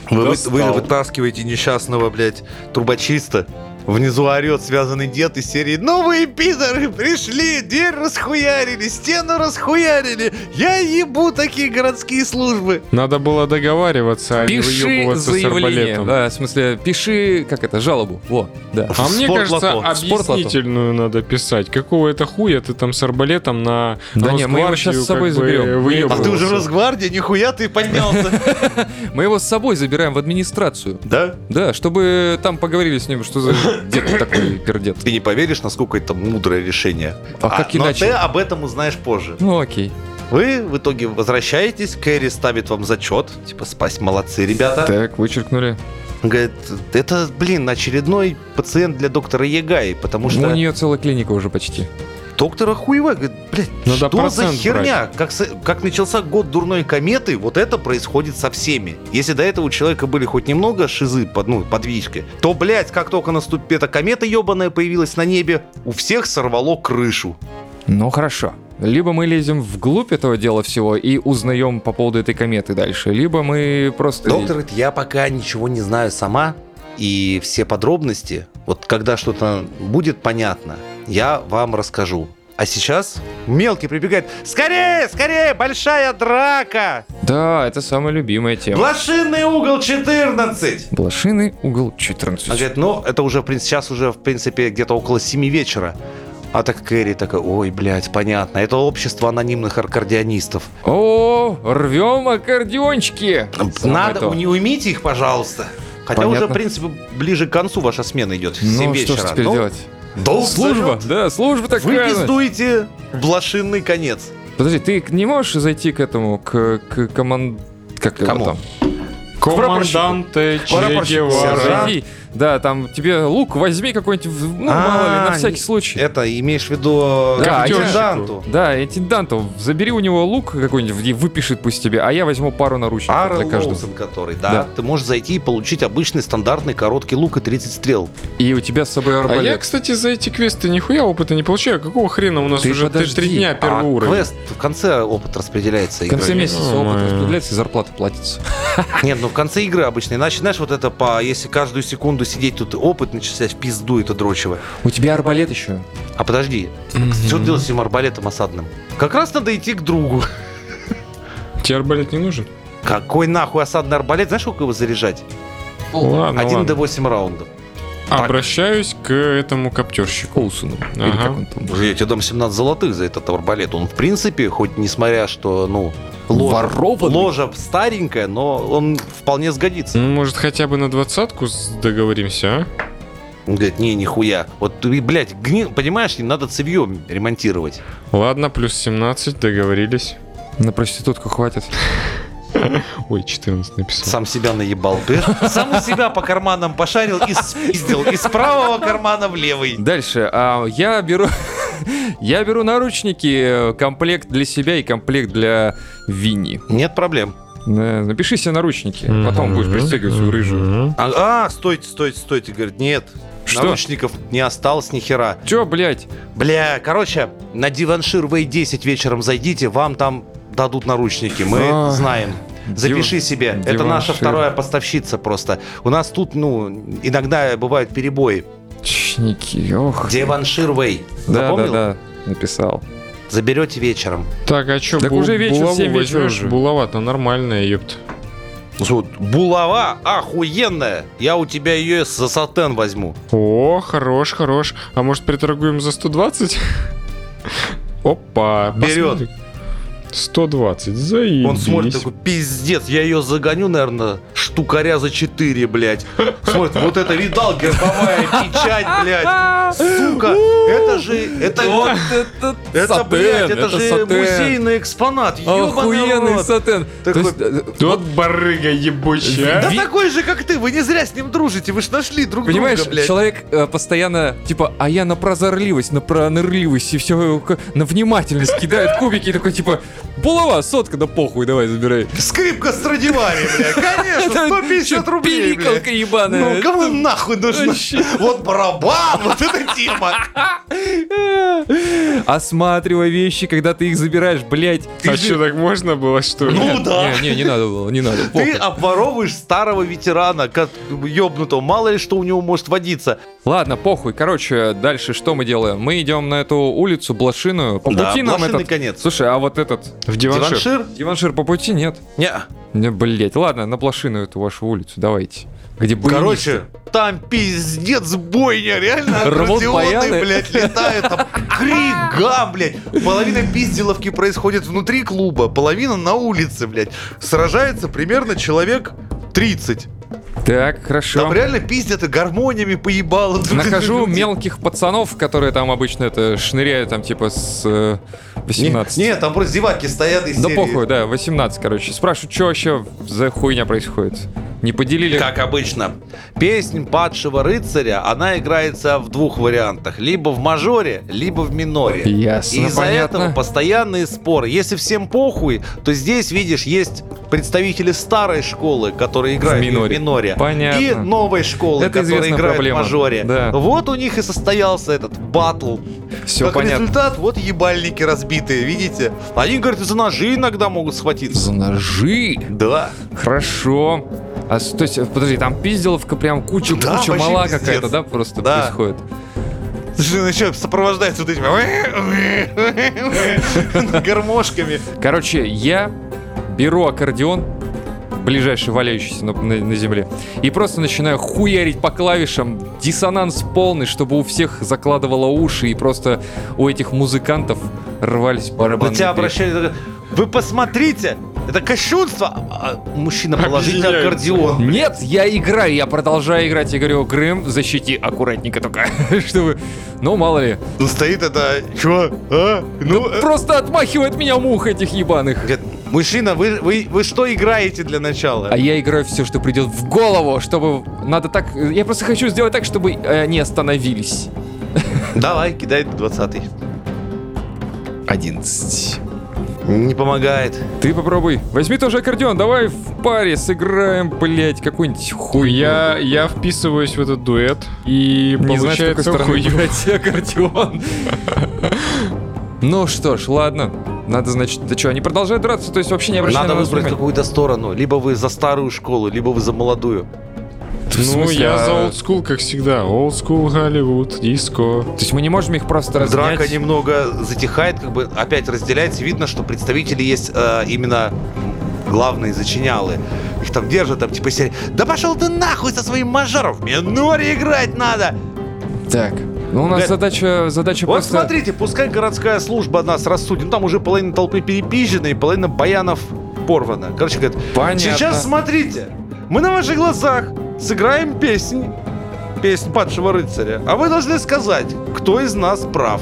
Speaker 1: вы, вы-
Speaker 3: достал.
Speaker 1: вы вытаскиваете несчастного, блядь, трубочиста. Внизу орет связанный дед из серии «Новые пидоры пришли, дверь расхуярили, стену расхуярили, я ебу такие городские службы».
Speaker 3: Надо было договариваться, а не
Speaker 2: Пиши
Speaker 3: выебываться с
Speaker 2: заявление.
Speaker 3: арбалетом.
Speaker 2: Да, в смысле, пиши, как это, жалобу. Во, да.
Speaker 3: А мне
Speaker 1: Спортлото.
Speaker 3: кажется,
Speaker 2: Спортлото.
Speaker 3: объяснительную надо писать. Какого это хуя ты там с арбалетом на
Speaker 2: Да не, мы его щас с собой заберем.
Speaker 1: А ты уже
Speaker 2: Просто.
Speaker 1: Росгвардия, нихуя ты поднялся.
Speaker 2: Мы его с собой забираем в администрацию.
Speaker 1: (laughs) Да?
Speaker 2: Да, чтобы там поговорили с ним,
Speaker 1: (coughs)
Speaker 2: что за дед такой пердет.
Speaker 1: Ты не поверишь, насколько это мудрое решение.
Speaker 2: А как
Speaker 1: но
Speaker 2: иначе?
Speaker 1: ты об этом узнаешь позже.
Speaker 2: Ну окей.
Speaker 1: Вы в итоге возвращаетесь, Кэрри ставит вам зачет. Типа, спать, молодцы, ребята.
Speaker 2: Так, вычеркнули.
Speaker 1: Он Говорит, это, блин, очередной пациент для доктора Ягаи, потому
Speaker 2: Ну, у
Speaker 1: что
Speaker 2: нее целая клиника уже почти.
Speaker 1: доктора хуева, говорит, блядь,
Speaker 3: Надо
Speaker 1: что за
Speaker 3: процент
Speaker 1: херня? Как, со- как начался год дурной кометы, вот это происходит со всеми. Если до этого у человека были хоть немного шизы, под, ну, подвижки, то, блядь, как только наступит эта комета ебаная появилась на небе, у всех сорвало крышу.
Speaker 2: Ну хорошо. Либо мы лезем вглубь этого дела всего и узнаем по поводу этой кометы дальше, либо мы просто...
Speaker 1: Доктор говорит, я пока ничего не знаю сама, и все подробности, вот когда что-то будет понятно, я вам расскажу. А сейчас мелкий прибегает. Скорее, скорее, большая драка!
Speaker 2: Да, это самая любимая тема.
Speaker 1: Блошиный угол 14!
Speaker 2: Блошиный угол
Speaker 1: Он
Speaker 2: 14.
Speaker 1: говорит, ну, это уже, в принципе, сейчас уже, в принципе, где-то около 7 вечера. А так Кэрри такая, ой, блядь, понятно, это общество анонимных аккордеонистов.
Speaker 2: О, рвем аккордеончики! Самое
Speaker 1: Надо,
Speaker 2: то.
Speaker 1: не уймите их, пожалуйста. Хотя уже,
Speaker 2: Понятно.
Speaker 1: в принципе, ближе к концу ваша смена идет, 7
Speaker 2: Ну,
Speaker 1: вечера.
Speaker 2: что ж теперь
Speaker 1: Ну,
Speaker 2: делать?
Speaker 1: долг
Speaker 2: Служба,
Speaker 1: зовет.
Speaker 2: да, служба
Speaker 1: Вы
Speaker 2: такая.
Speaker 1: пиздуете в блошинный конец.
Speaker 2: Подожди, ты к- не можешь зайти к этому, к, к команд... Как его
Speaker 1: Кому?
Speaker 2: там?
Speaker 3: Команданте Че
Speaker 1: Прапорщик.
Speaker 3: Гевара.
Speaker 1: Сержант.
Speaker 2: Зайди, да, там тебе лук возьми какой-нибудь, в- ну,
Speaker 1: А,
Speaker 2: мало ли, на всякий
Speaker 1: не-
Speaker 2: случай.
Speaker 1: Это имеешь в виду э,
Speaker 2: Да,
Speaker 1: коменданту?
Speaker 2: Да, интенданту, забери у него лук какой-нибудь и выпишет пусть тебе, а я возьму пару наручников
Speaker 1: Арл
Speaker 2: для каждого.
Speaker 1: Лоусон, который, да,
Speaker 2: Да.
Speaker 1: Ты можешь зайти и получить обычный стандартный короткий лук и 30 стрел.
Speaker 2: И у тебя с собой
Speaker 3: А я,
Speaker 2: арбалет.
Speaker 3: кстати, за эти квесты нихуя опыта не получаю. Какого хрена у нас
Speaker 2: Ты
Speaker 3: уже три
Speaker 2: подожди,
Speaker 3: три дня первый
Speaker 1: А
Speaker 3: уровень?
Speaker 1: квест в конце опыт распределяется.
Speaker 2: В конце
Speaker 1: игрой.
Speaker 2: месяца опыт
Speaker 3: Нормально.
Speaker 2: распределяется и зарплата платится.
Speaker 1: Нет, ну в конце игры обычно. Иначе, знаешь, вот это по... Если каждую секунду бы сидеть тут опыт начислять в пизду это дрочево.
Speaker 2: У тебя арбалет еще.
Speaker 1: А подожди, что делать с этим арбалетом осадным? Как раз надо идти к другу. (laughs)
Speaker 3: Тебе арбалет не нужен?
Speaker 1: Какой нахуй осадный арбалет? Знаешь, сколько его заряжать?
Speaker 2: Ну
Speaker 3: Ладно,
Speaker 1: 1
Speaker 3: ладно. А,
Speaker 1: до 8 раундов.
Speaker 3: Обращаюсь к этому коптерщику.
Speaker 2: Коусуну. Или
Speaker 3: Ага.
Speaker 2: как он там?
Speaker 1: Уже я тебе дам 17 золотых за этот арбалет. Он, в принципе, хоть несмотря, что, ну, ложа,
Speaker 2: Ворованный?
Speaker 1: ложа старенькая, но он вполне сгодится.
Speaker 3: Ну, может, хотя бы на двадцатку с- договоримся, а?
Speaker 1: Он говорит, не, нихуя. Вот, ты, блядь, гни- понимаешь, не надо цевье ремонтировать.
Speaker 3: Ладно, плюс 17, договорились.
Speaker 2: На проститутку хватит.
Speaker 3: Ой, 14 написал.
Speaker 1: Сам себя наебал. Ты (laughs) Сам у себя по карманам пошарил и спиздил. Из правого кармана в левый.
Speaker 2: Дальше. а, я беру... (laughs) Я беру наручники, э, комплект для себя и комплект для Винни.
Speaker 1: Нет проблем.
Speaker 2: Э, Напиши себе наручники,
Speaker 3: Мгм.
Speaker 2: потом будешь пристегивать свою рыжую.
Speaker 3: Мгм.
Speaker 1: А, а, стойте, стойте, стойте. Говорит, нет.
Speaker 2: Что?
Speaker 1: Наручников не осталось ни хера.
Speaker 2: Чё, блядь?
Speaker 1: Бля, короче, на диваншир в 10 вечером зайдите, вам там дадут наручники, мы
Speaker 2: А,
Speaker 1: знаем. Запиши себе, это наша
Speaker 2: диваншир.
Speaker 1: вторая поставщица просто. У нас тут, ну, иногда бывают перебои.
Speaker 2: Чники, ох.
Speaker 1: Диванширвей,
Speaker 2: Да, да,
Speaker 1: запомнил?
Speaker 2: да, написал.
Speaker 1: Заберете вечером.
Speaker 3: Так, а чё,
Speaker 2: Так
Speaker 3: бу-
Speaker 2: уже вечер,
Speaker 3: булаву
Speaker 2: семь вечера
Speaker 3: возьмёшь?
Speaker 2: уже.
Speaker 3: Булава-то нормальная, ёпта.
Speaker 1: Вот, булава охуенная, я у тебя ее за сатен возьму.
Speaker 3: О, хорош, хорош. А может, приторгуем за 120? (laughs) Опа.
Speaker 1: Берёт.
Speaker 3: посмотри. 120, заебись.
Speaker 1: Он смотрит такой, пиздец, я ее загоню, наверное, штукаря за 4, блядь. Смотрит, вот это видал, гербовая печать, блядь. Сука, это же, это,
Speaker 2: (laughs) это,
Speaker 1: это, блядь, это же музейный экспонат, ёбаный
Speaker 2: Охуенный
Speaker 1: рот.
Speaker 2: сатен. То
Speaker 1: Такой-
Speaker 2: есть, э,
Speaker 3: Тот барыга ебучий, а?
Speaker 1: Да
Speaker 2: Ви-
Speaker 1: такой же, как ты, вы не зря с ним дружите, вы ж нашли друг
Speaker 2: Понимаешь,
Speaker 1: друга, блядь.
Speaker 2: человек э, постоянно, типа, а я на прозорливость, на пронырливость и все, на внимательность кидает кубики и такой, типа, булава, сотка, да похуй, давай, забирай.
Speaker 4: Скрипка Страдивари, бля. Конечно, 150
Speaker 2: Чё,
Speaker 4: рублей, бля.
Speaker 2: Пиликалка ебаная.
Speaker 4: Ну, кому нахуй нужно?
Speaker 2: Вообще.
Speaker 4: Вот барабан, вот эта тема.
Speaker 2: (laughs) Осматривай вещи, когда ты их забираешь, блядь.
Speaker 3: А что, так можно было, что ли?
Speaker 4: Ну да. а-
Speaker 2: Не, не, не надо было, не надо.
Speaker 1: Ты
Speaker 2: похуй.
Speaker 1: обворовываешь старого ветерана, как ёбнутого, мало ли что у него может водиться.
Speaker 2: Ладно, похуй. Короче, дальше что мы делаем? Мы идем на эту улицу Блошиную. По
Speaker 1: Да,
Speaker 2: пути нам
Speaker 1: блошиный
Speaker 2: этот...
Speaker 1: конец.
Speaker 2: Слушай, а вот этот...
Speaker 3: В диваншир.
Speaker 1: Диваншир?
Speaker 2: Диваншир по пути нет.
Speaker 1: Не.
Speaker 2: Не, блять, ладно, на Блошиную эту вашу улицу, давайте. Где были.
Speaker 1: Короче,
Speaker 4: Там пиздец бойня, реально
Speaker 2: Рвут баяны.
Speaker 4: аккордеоны, блядь, летают, там крик, гам, блядь. Половина пизделовки происходит внутри клуба, половина на улице, блядь. Сражается примерно человек 30.
Speaker 2: Так, хорошо.
Speaker 4: Там реально пиздят и гармониями поебало. (laughs)
Speaker 2: Нахожу мелких пацанов, которые там обычно это шныряют, там типа с э, 18.
Speaker 4: Нет, там просто зеваки стоят и
Speaker 2: Да похуй, да, 18, короче. Спрашиваю, что вообще за хуйня происходит? Не поделили?
Speaker 1: Как обычно, песнь падшего рыцаря, она играется в двух вариантах. Либо в мажоре, либо в миноре.
Speaker 2: Ясно,
Speaker 1: И из-за
Speaker 2: понятно.
Speaker 1: этого постоянные споры. Если всем похуй, то здесь, видишь, есть представители старой школы, которые играют и в
Speaker 2: миноре.
Speaker 1: миноре.
Speaker 2: Понятно.
Speaker 1: И новой школы,
Speaker 2: Это
Speaker 1: которая
Speaker 2: известная
Speaker 1: играет
Speaker 2: проблема.
Speaker 1: в мажоре.
Speaker 2: Да.
Speaker 1: Вот у них и состоялся этот батл.
Speaker 2: Все
Speaker 4: как
Speaker 2: понятно.
Speaker 4: результат, вот ебальники разбитые, видите?
Speaker 1: Они, говорят, и за ножи иногда могут схватиться.
Speaker 2: За ножи.
Speaker 1: Да.
Speaker 2: Хорошо. А с- то есть, э, подожди, там пизделовка прям куча,
Speaker 4: Да,
Speaker 2: куча
Speaker 4: вообще
Speaker 2: мала
Speaker 4: пиздец.
Speaker 2: какая-то, да, просто
Speaker 4: Да.
Speaker 2: происходит.
Speaker 4: Слушай, ну еще сопровождается вот этими гармошками.
Speaker 2: Короче, я беру аккордеон, ближайший валяющийся на, на- на земле, и просто начинаю хуярить по клавишам, диссонанс полный, чтобы у всех закладывало уши, и просто у этих музыкантов рвались барабаны.
Speaker 1: На тебя обращались. говорят, Вы посмотрите, это кощунство. А, а, Мужчина, положите на
Speaker 3: Объединяются.
Speaker 1: аккордеон.
Speaker 2: Нет, я играю, я продолжаю играть. Я говорю, Грым, защити аккуратненько только, (laughs) чтобы... Ну, мало ли.
Speaker 4: Ну стоит это, чё, а? Ну, э,
Speaker 2: Просто отмахивает меня мух этих ебаных.
Speaker 1: Говорит, мужчина, вы, вы, вы что играете для начала?
Speaker 2: А я играю все, что придет в голову, чтобы... Надо так... Я просто хочу сделать так, чтобы э, они остановились.
Speaker 1: Давай, кидай 20
Speaker 5: 11.
Speaker 1: Не помогает.
Speaker 2: Ты попробуй. Возьми тоже аккордеон, давай в паре сыграем, блять, какую-нибудь хуйню.
Speaker 3: Я, я вписываюсь в этот дуэт и
Speaker 2: не знаю, с какой
Speaker 3: получается
Speaker 2: стороны
Speaker 3: хуй.
Speaker 2: брать аккордеон. (laughs) Ну что ж, ладно. Надо, значит, да что, они продолжают драться, то есть вообще не обращая
Speaker 1: Надо
Speaker 2: на нас
Speaker 1: выбрать
Speaker 2: внимания.
Speaker 1: какую-то сторону. Либо вы за старую школу, либо вы за молодую.
Speaker 5: в
Speaker 3: Ну,
Speaker 5: смысле,
Speaker 3: я
Speaker 5: а-
Speaker 3: за олдскул, как всегда. Олдскул, Голливуд, диско.
Speaker 2: То есть мы не можем их просто разнять.
Speaker 1: Драка немного затихает, как бы опять разделяется. Видно, что представители есть э, именно главные зачинялы. Их там держат, там типа серии. Да пошел ты нахуй со своим мажором! В миноре играть надо!
Speaker 2: Так. Ну, у нас
Speaker 1: Гэ-
Speaker 2: задача, задача
Speaker 1: Вот
Speaker 2: просто...
Speaker 1: смотрите, пускай городская служба нас рассудит. Ну, Там уже половина толпы перепизжена и половина баянов порвана. Короче, говорят,
Speaker 2: Понятно.
Speaker 1: сейчас смотрите, мы на ваших глазах сыграем песнь, песнь падшего рыцаря. А вы должны сказать, кто из нас прав.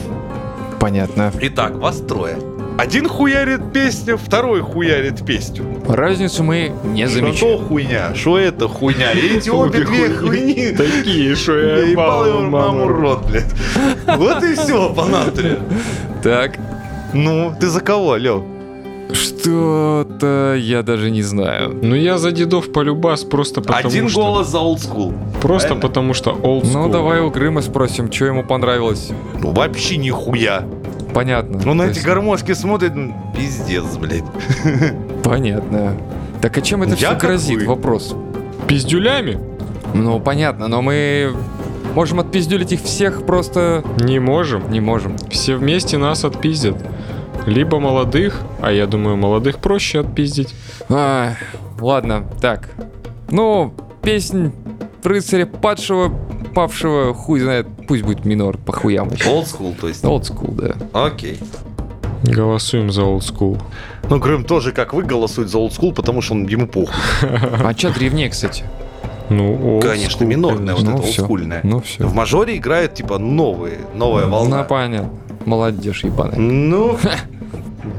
Speaker 5: Понятно.
Speaker 1: Итак, вас трое.
Speaker 4: Один хуярит песню, второй хуярит песню.
Speaker 2: Разницу мы не
Speaker 4: Что
Speaker 2: замечаем.
Speaker 4: то хуйня, что это хуйня. И эти обе
Speaker 3: Обе
Speaker 4: две хуйни.
Speaker 3: Такие, что
Speaker 4: Я
Speaker 3: я
Speaker 4: (laughs) ебал
Speaker 3: ебал
Speaker 4: его маму рот, блядь. Вот и все, по натуре.
Speaker 2: Так.
Speaker 4: Ну, ты за кого, Лев?
Speaker 2: Что-то я даже не знаю.
Speaker 3: Ну, я за дедов полюбас просто потому
Speaker 1: Один
Speaker 3: что...
Speaker 1: голос за олдскул.
Speaker 3: Просто
Speaker 1: правильно?
Speaker 3: потому что олдскул.
Speaker 2: Ну, давай у Грыма спросим, что ему понравилось.
Speaker 4: Ну, вообще нихуя.
Speaker 2: Понятно.
Speaker 1: Ну,
Speaker 4: Он на
Speaker 2: То
Speaker 4: эти
Speaker 2: есть-
Speaker 4: гармошки смотрит, ну, пиздец, блядь.
Speaker 2: Понятно. Так а чем это
Speaker 4: Я
Speaker 2: все
Speaker 4: как
Speaker 2: грозит?
Speaker 4: вы.
Speaker 2: Вопрос.
Speaker 3: Пиздюлями?
Speaker 2: Ну, понятно, но мы можем отпиздюлить их всех, просто
Speaker 3: Не можем.
Speaker 2: не можем.
Speaker 3: Все вместе нас отпиздят. Либо молодых, а я думаю, молодых проще отпиздить.
Speaker 2: А, ладно, так. Ну, песнь рыцаря падшего, павшего, хуй знает, пусть будет минор по хуям.
Speaker 1: Олдскул, то есть.
Speaker 2: Олдскул, да.
Speaker 1: Окей.
Speaker 3: Голосуем за олдскул.
Speaker 4: Ну, Грым тоже, как вы, голосует за олдскул, потому что он ему похуй.
Speaker 2: А чё древнее, кстати?
Speaker 3: Ну, олдскул.
Speaker 1: Конечно, минорная вот
Speaker 2: Ну,
Speaker 1: эта
Speaker 2: всё.
Speaker 1: олдскульная.
Speaker 2: Ну все.
Speaker 1: В мажоре играют, типа, новые, новая волна.
Speaker 2: Ну, понятно. Молодежь ебаная.
Speaker 1: Ну,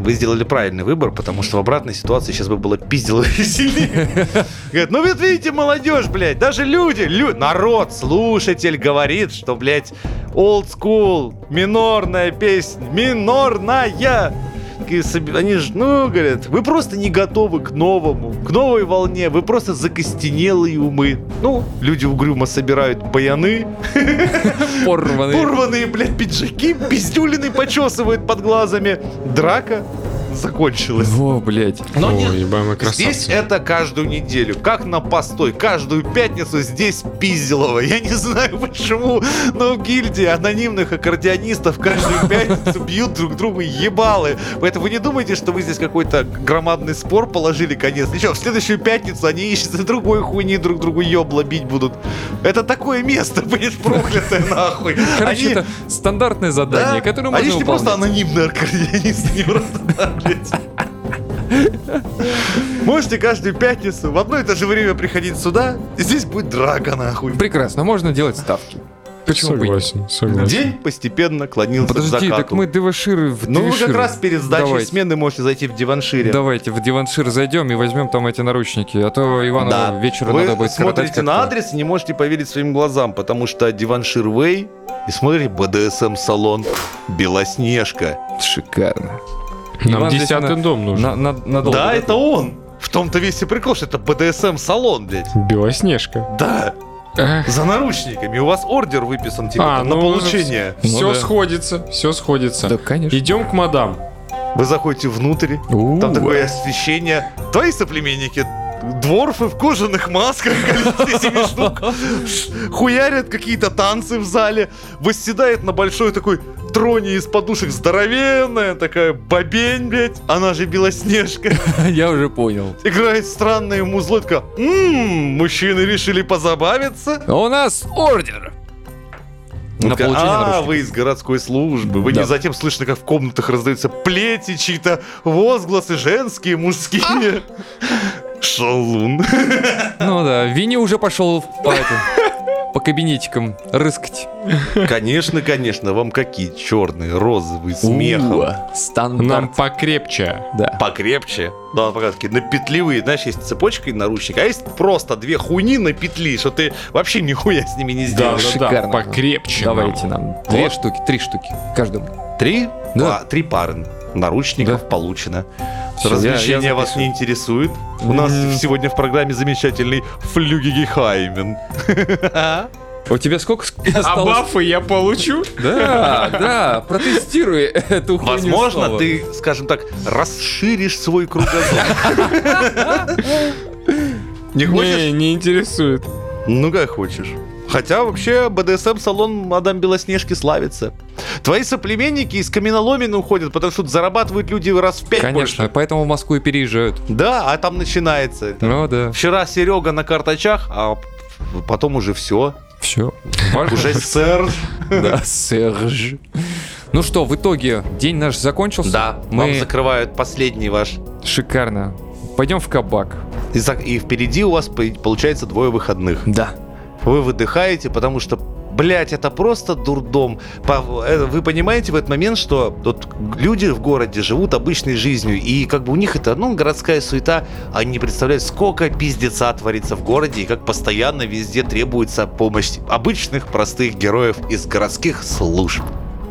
Speaker 1: вы сделали правильный выбор, потому что в обратной ситуации сейчас бы было пиздило (laughs) сильнее. Говорят, ну вот видите, молодежь, блядь, даже люди, лю- народ, слушатель говорит, что, блядь, old school, минорная песня, минорная. И соби- Они же, ну, говорят, вы просто не готовы к новому, к новой волне, вы просто закостенелые умы. Ну, люди угрюмо собирают баяны,
Speaker 2: Порванные.
Speaker 1: Порванные, блядь, пиджаки, пиздюлины почесывают под глазами. Драка закончилась.
Speaker 2: Во, блядь.
Speaker 1: Но
Speaker 3: О,
Speaker 1: нет,
Speaker 3: ебаемый красавцы.
Speaker 1: здесь э, это каждую неделю, как на постой, каждую пятницу здесь пизделово. Я не знаю почему, но в гильдии анонимных аккордеонистов
Speaker 2: (laughs)
Speaker 1: каждую пятницу бьют друг другу ебалы. Поэтому не думайте, что вы здесь какой-то громадный спор положили конец. Ничего, в следующую пятницу они из-за другой хуйни друг другу ебла бить будут. Это такое место, (laughs) блядь, проклятое нахуй.
Speaker 2: Короче,
Speaker 1: Они-
Speaker 2: это стандартное задание,
Speaker 1: да?
Speaker 2: которое
Speaker 1: Они
Speaker 2: можно
Speaker 1: ж не
Speaker 2: выполнить.
Speaker 1: просто анонимные (laughs) аккордеонисты, не просто так, блядь. Можете каждую пятницу в одно и то же время приходить сюда, и здесь будет драка, нахуй.
Speaker 2: Прекрасно, можно делать ставки. Почему бы и нет?
Speaker 3: Согласен, согласен.
Speaker 1: День постепенно клонился к
Speaker 2: Подожди,
Speaker 1: закату.
Speaker 2: так мы деваширы в
Speaker 1: Ну вы как
Speaker 2: девиширы.
Speaker 1: раз перед сдачей
Speaker 2: Давайте.
Speaker 1: смены можете зайти в диваншире.
Speaker 2: Давайте в диваншир зайдем и возьмем там эти наручники, а то Ивану
Speaker 1: Да.
Speaker 2: вечером
Speaker 1: Вы
Speaker 2: надо будет коротать
Speaker 1: смотрите
Speaker 2: как-то.
Speaker 1: на адрес и не можете поверить своим глазам, потому что диваншир Вэй и смотрите БДСМ-салон Белоснежка.
Speaker 5: Шикарно.
Speaker 3: Нам
Speaker 2: Иван здесь
Speaker 3: десятый
Speaker 2: на-
Speaker 3: дом нужен.
Speaker 2: На, на- надолго.
Speaker 1: Да, это он! В том-то весь и прикол, что это БДСМ-салон, блядь.
Speaker 3: Белоснежка.
Speaker 1: Да, за наручниками. У вас ордер выписан типа
Speaker 3: А,
Speaker 1: там,
Speaker 3: ну,
Speaker 1: на получение.
Speaker 5: Ну
Speaker 3: все
Speaker 5: да.
Speaker 3: сходится, все сходится.
Speaker 5: Да, конечно.
Speaker 3: Идем к мадам.
Speaker 1: Вы заходите внутрь, там такое освещение. Твои соплеменники, дворфы в кожаных масках, (laughs) количестве семи штук, хуярят какие-то танцы в зале, восседает на большой такой троне из подушек здоровенная такая бабень, блядь, она же Белоснежка.
Speaker 2: (laughs)
Speaker 1: (laughs)
Speaker 2: Я уже понял.
Speaker 1: Играет странное музло, такая, «М, мужчины решили позабавиться.
Speaker 2: У нас ордер.
Speaker 1: Ну,
Speaker 2: На
Speaker 1: такая,
Speaker 2: получение
Speaker 1: а,
Speaker 2: наручников.
Speaker 1: вы из городской службы. Вы
Speaker 2: Да.
Speaker 1: не затем слышно, как в комнатах раздаются плети, чьи-то возгласы женские, мужские. Шалун.
Speaker 2: Ну да, Винни уже пошел в- по, этим, по кабинетикам рыскать.
Speaker 1: Конечно, конечно, вам какие черные, розовые, с мехом.
Speaker 5: Уа.
Speaker 2: Стандарт.
Speaker 3: Нам покрепче.
Speaker 2: Ну, Да.
Speaker 1: Покрепче. Да, пока такие напетливые, знаешь, есть цепочка и наручник, а есть просто две хуйни на петли, что ты вообще нихуя с ними не сделаешь.
Speaker 3: да,
Speaker 2: шикарно.
Speaker 3: покрепче. нам.
Speaker 2: Давайте нам. Две штуки, три штуки каждому.
Speaker 1: Три?
Speaker 2: Да.
Speaker 1: А, три пары наручников получено.
Speaker 2: Всё,
Speaker 1: Развлечения
Speaker 2: я- я
Speaker 1: вас не интересует? У нас сегодня в программе замечательный Флюгигихаймен.
Speaker 2: У тебя сколько
Speaker 1: (laughs)
Speaker 2: ск-
Speaker 3: А
Speaker 2: осталось?
Speaker 3: бафы я получу?
Speaker 2: Да, да, протестируй эту хуйню
Speaker 1: Возможно,
Speaker 2: снова.
Speaker 1: ты, скажем так, расширишь свой
Speaker 2: (laughs)
Speaker 1: кругозор. Не хочешь?
Speaker 3: Не, не интересует.
Speaker 1: Ну, как хочешь. Хотя вообще БДСМ-салон Адам Белоснежки славится. Твои соплеменники из каменоломен уходят, потому что тут зарабатывают люди раз в пять
Speaker 2: Конечно,
Speaker 1: больше.
Speaker 2: поэтому в Москву и переезжают.
Speaker 1: Да, а там начинается. это.
Speaker 2: Ну да,
Speaker 1: Вчера Серега на карточах, а потом уже все.
Speaker 2: все.
Speaker 1: Уже сэр.
Speaker 2: Да, Серж. Ну что, в итоге день наш закончился.
Speaker 1: Да, вам
Speaker 2: мы
Speaker 1: закрывают последний ваш.
Speaker 2: шикарно. Пойдем в кабак.
Speaker 1: И, за- и впереди у вас по- получается двое выходных.
Speaker 2: Да.
Speaker 1: Вы выдыхаете, потому что, блядь, это просто дурдом. По- э, Вы понимаете в этот момент, что вот люди в городе живут обычной жизнью, и как бы у них это, ну, городская суета, они не представляют, сколько пиздеца творится в городе, и как постоянно везде требуется помощь обычных простых героев из городских служб.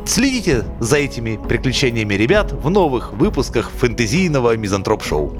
Speaker 1: Следите за этими приключениями ребят в новых выпусках фэнтезийного мизантроп-шоу.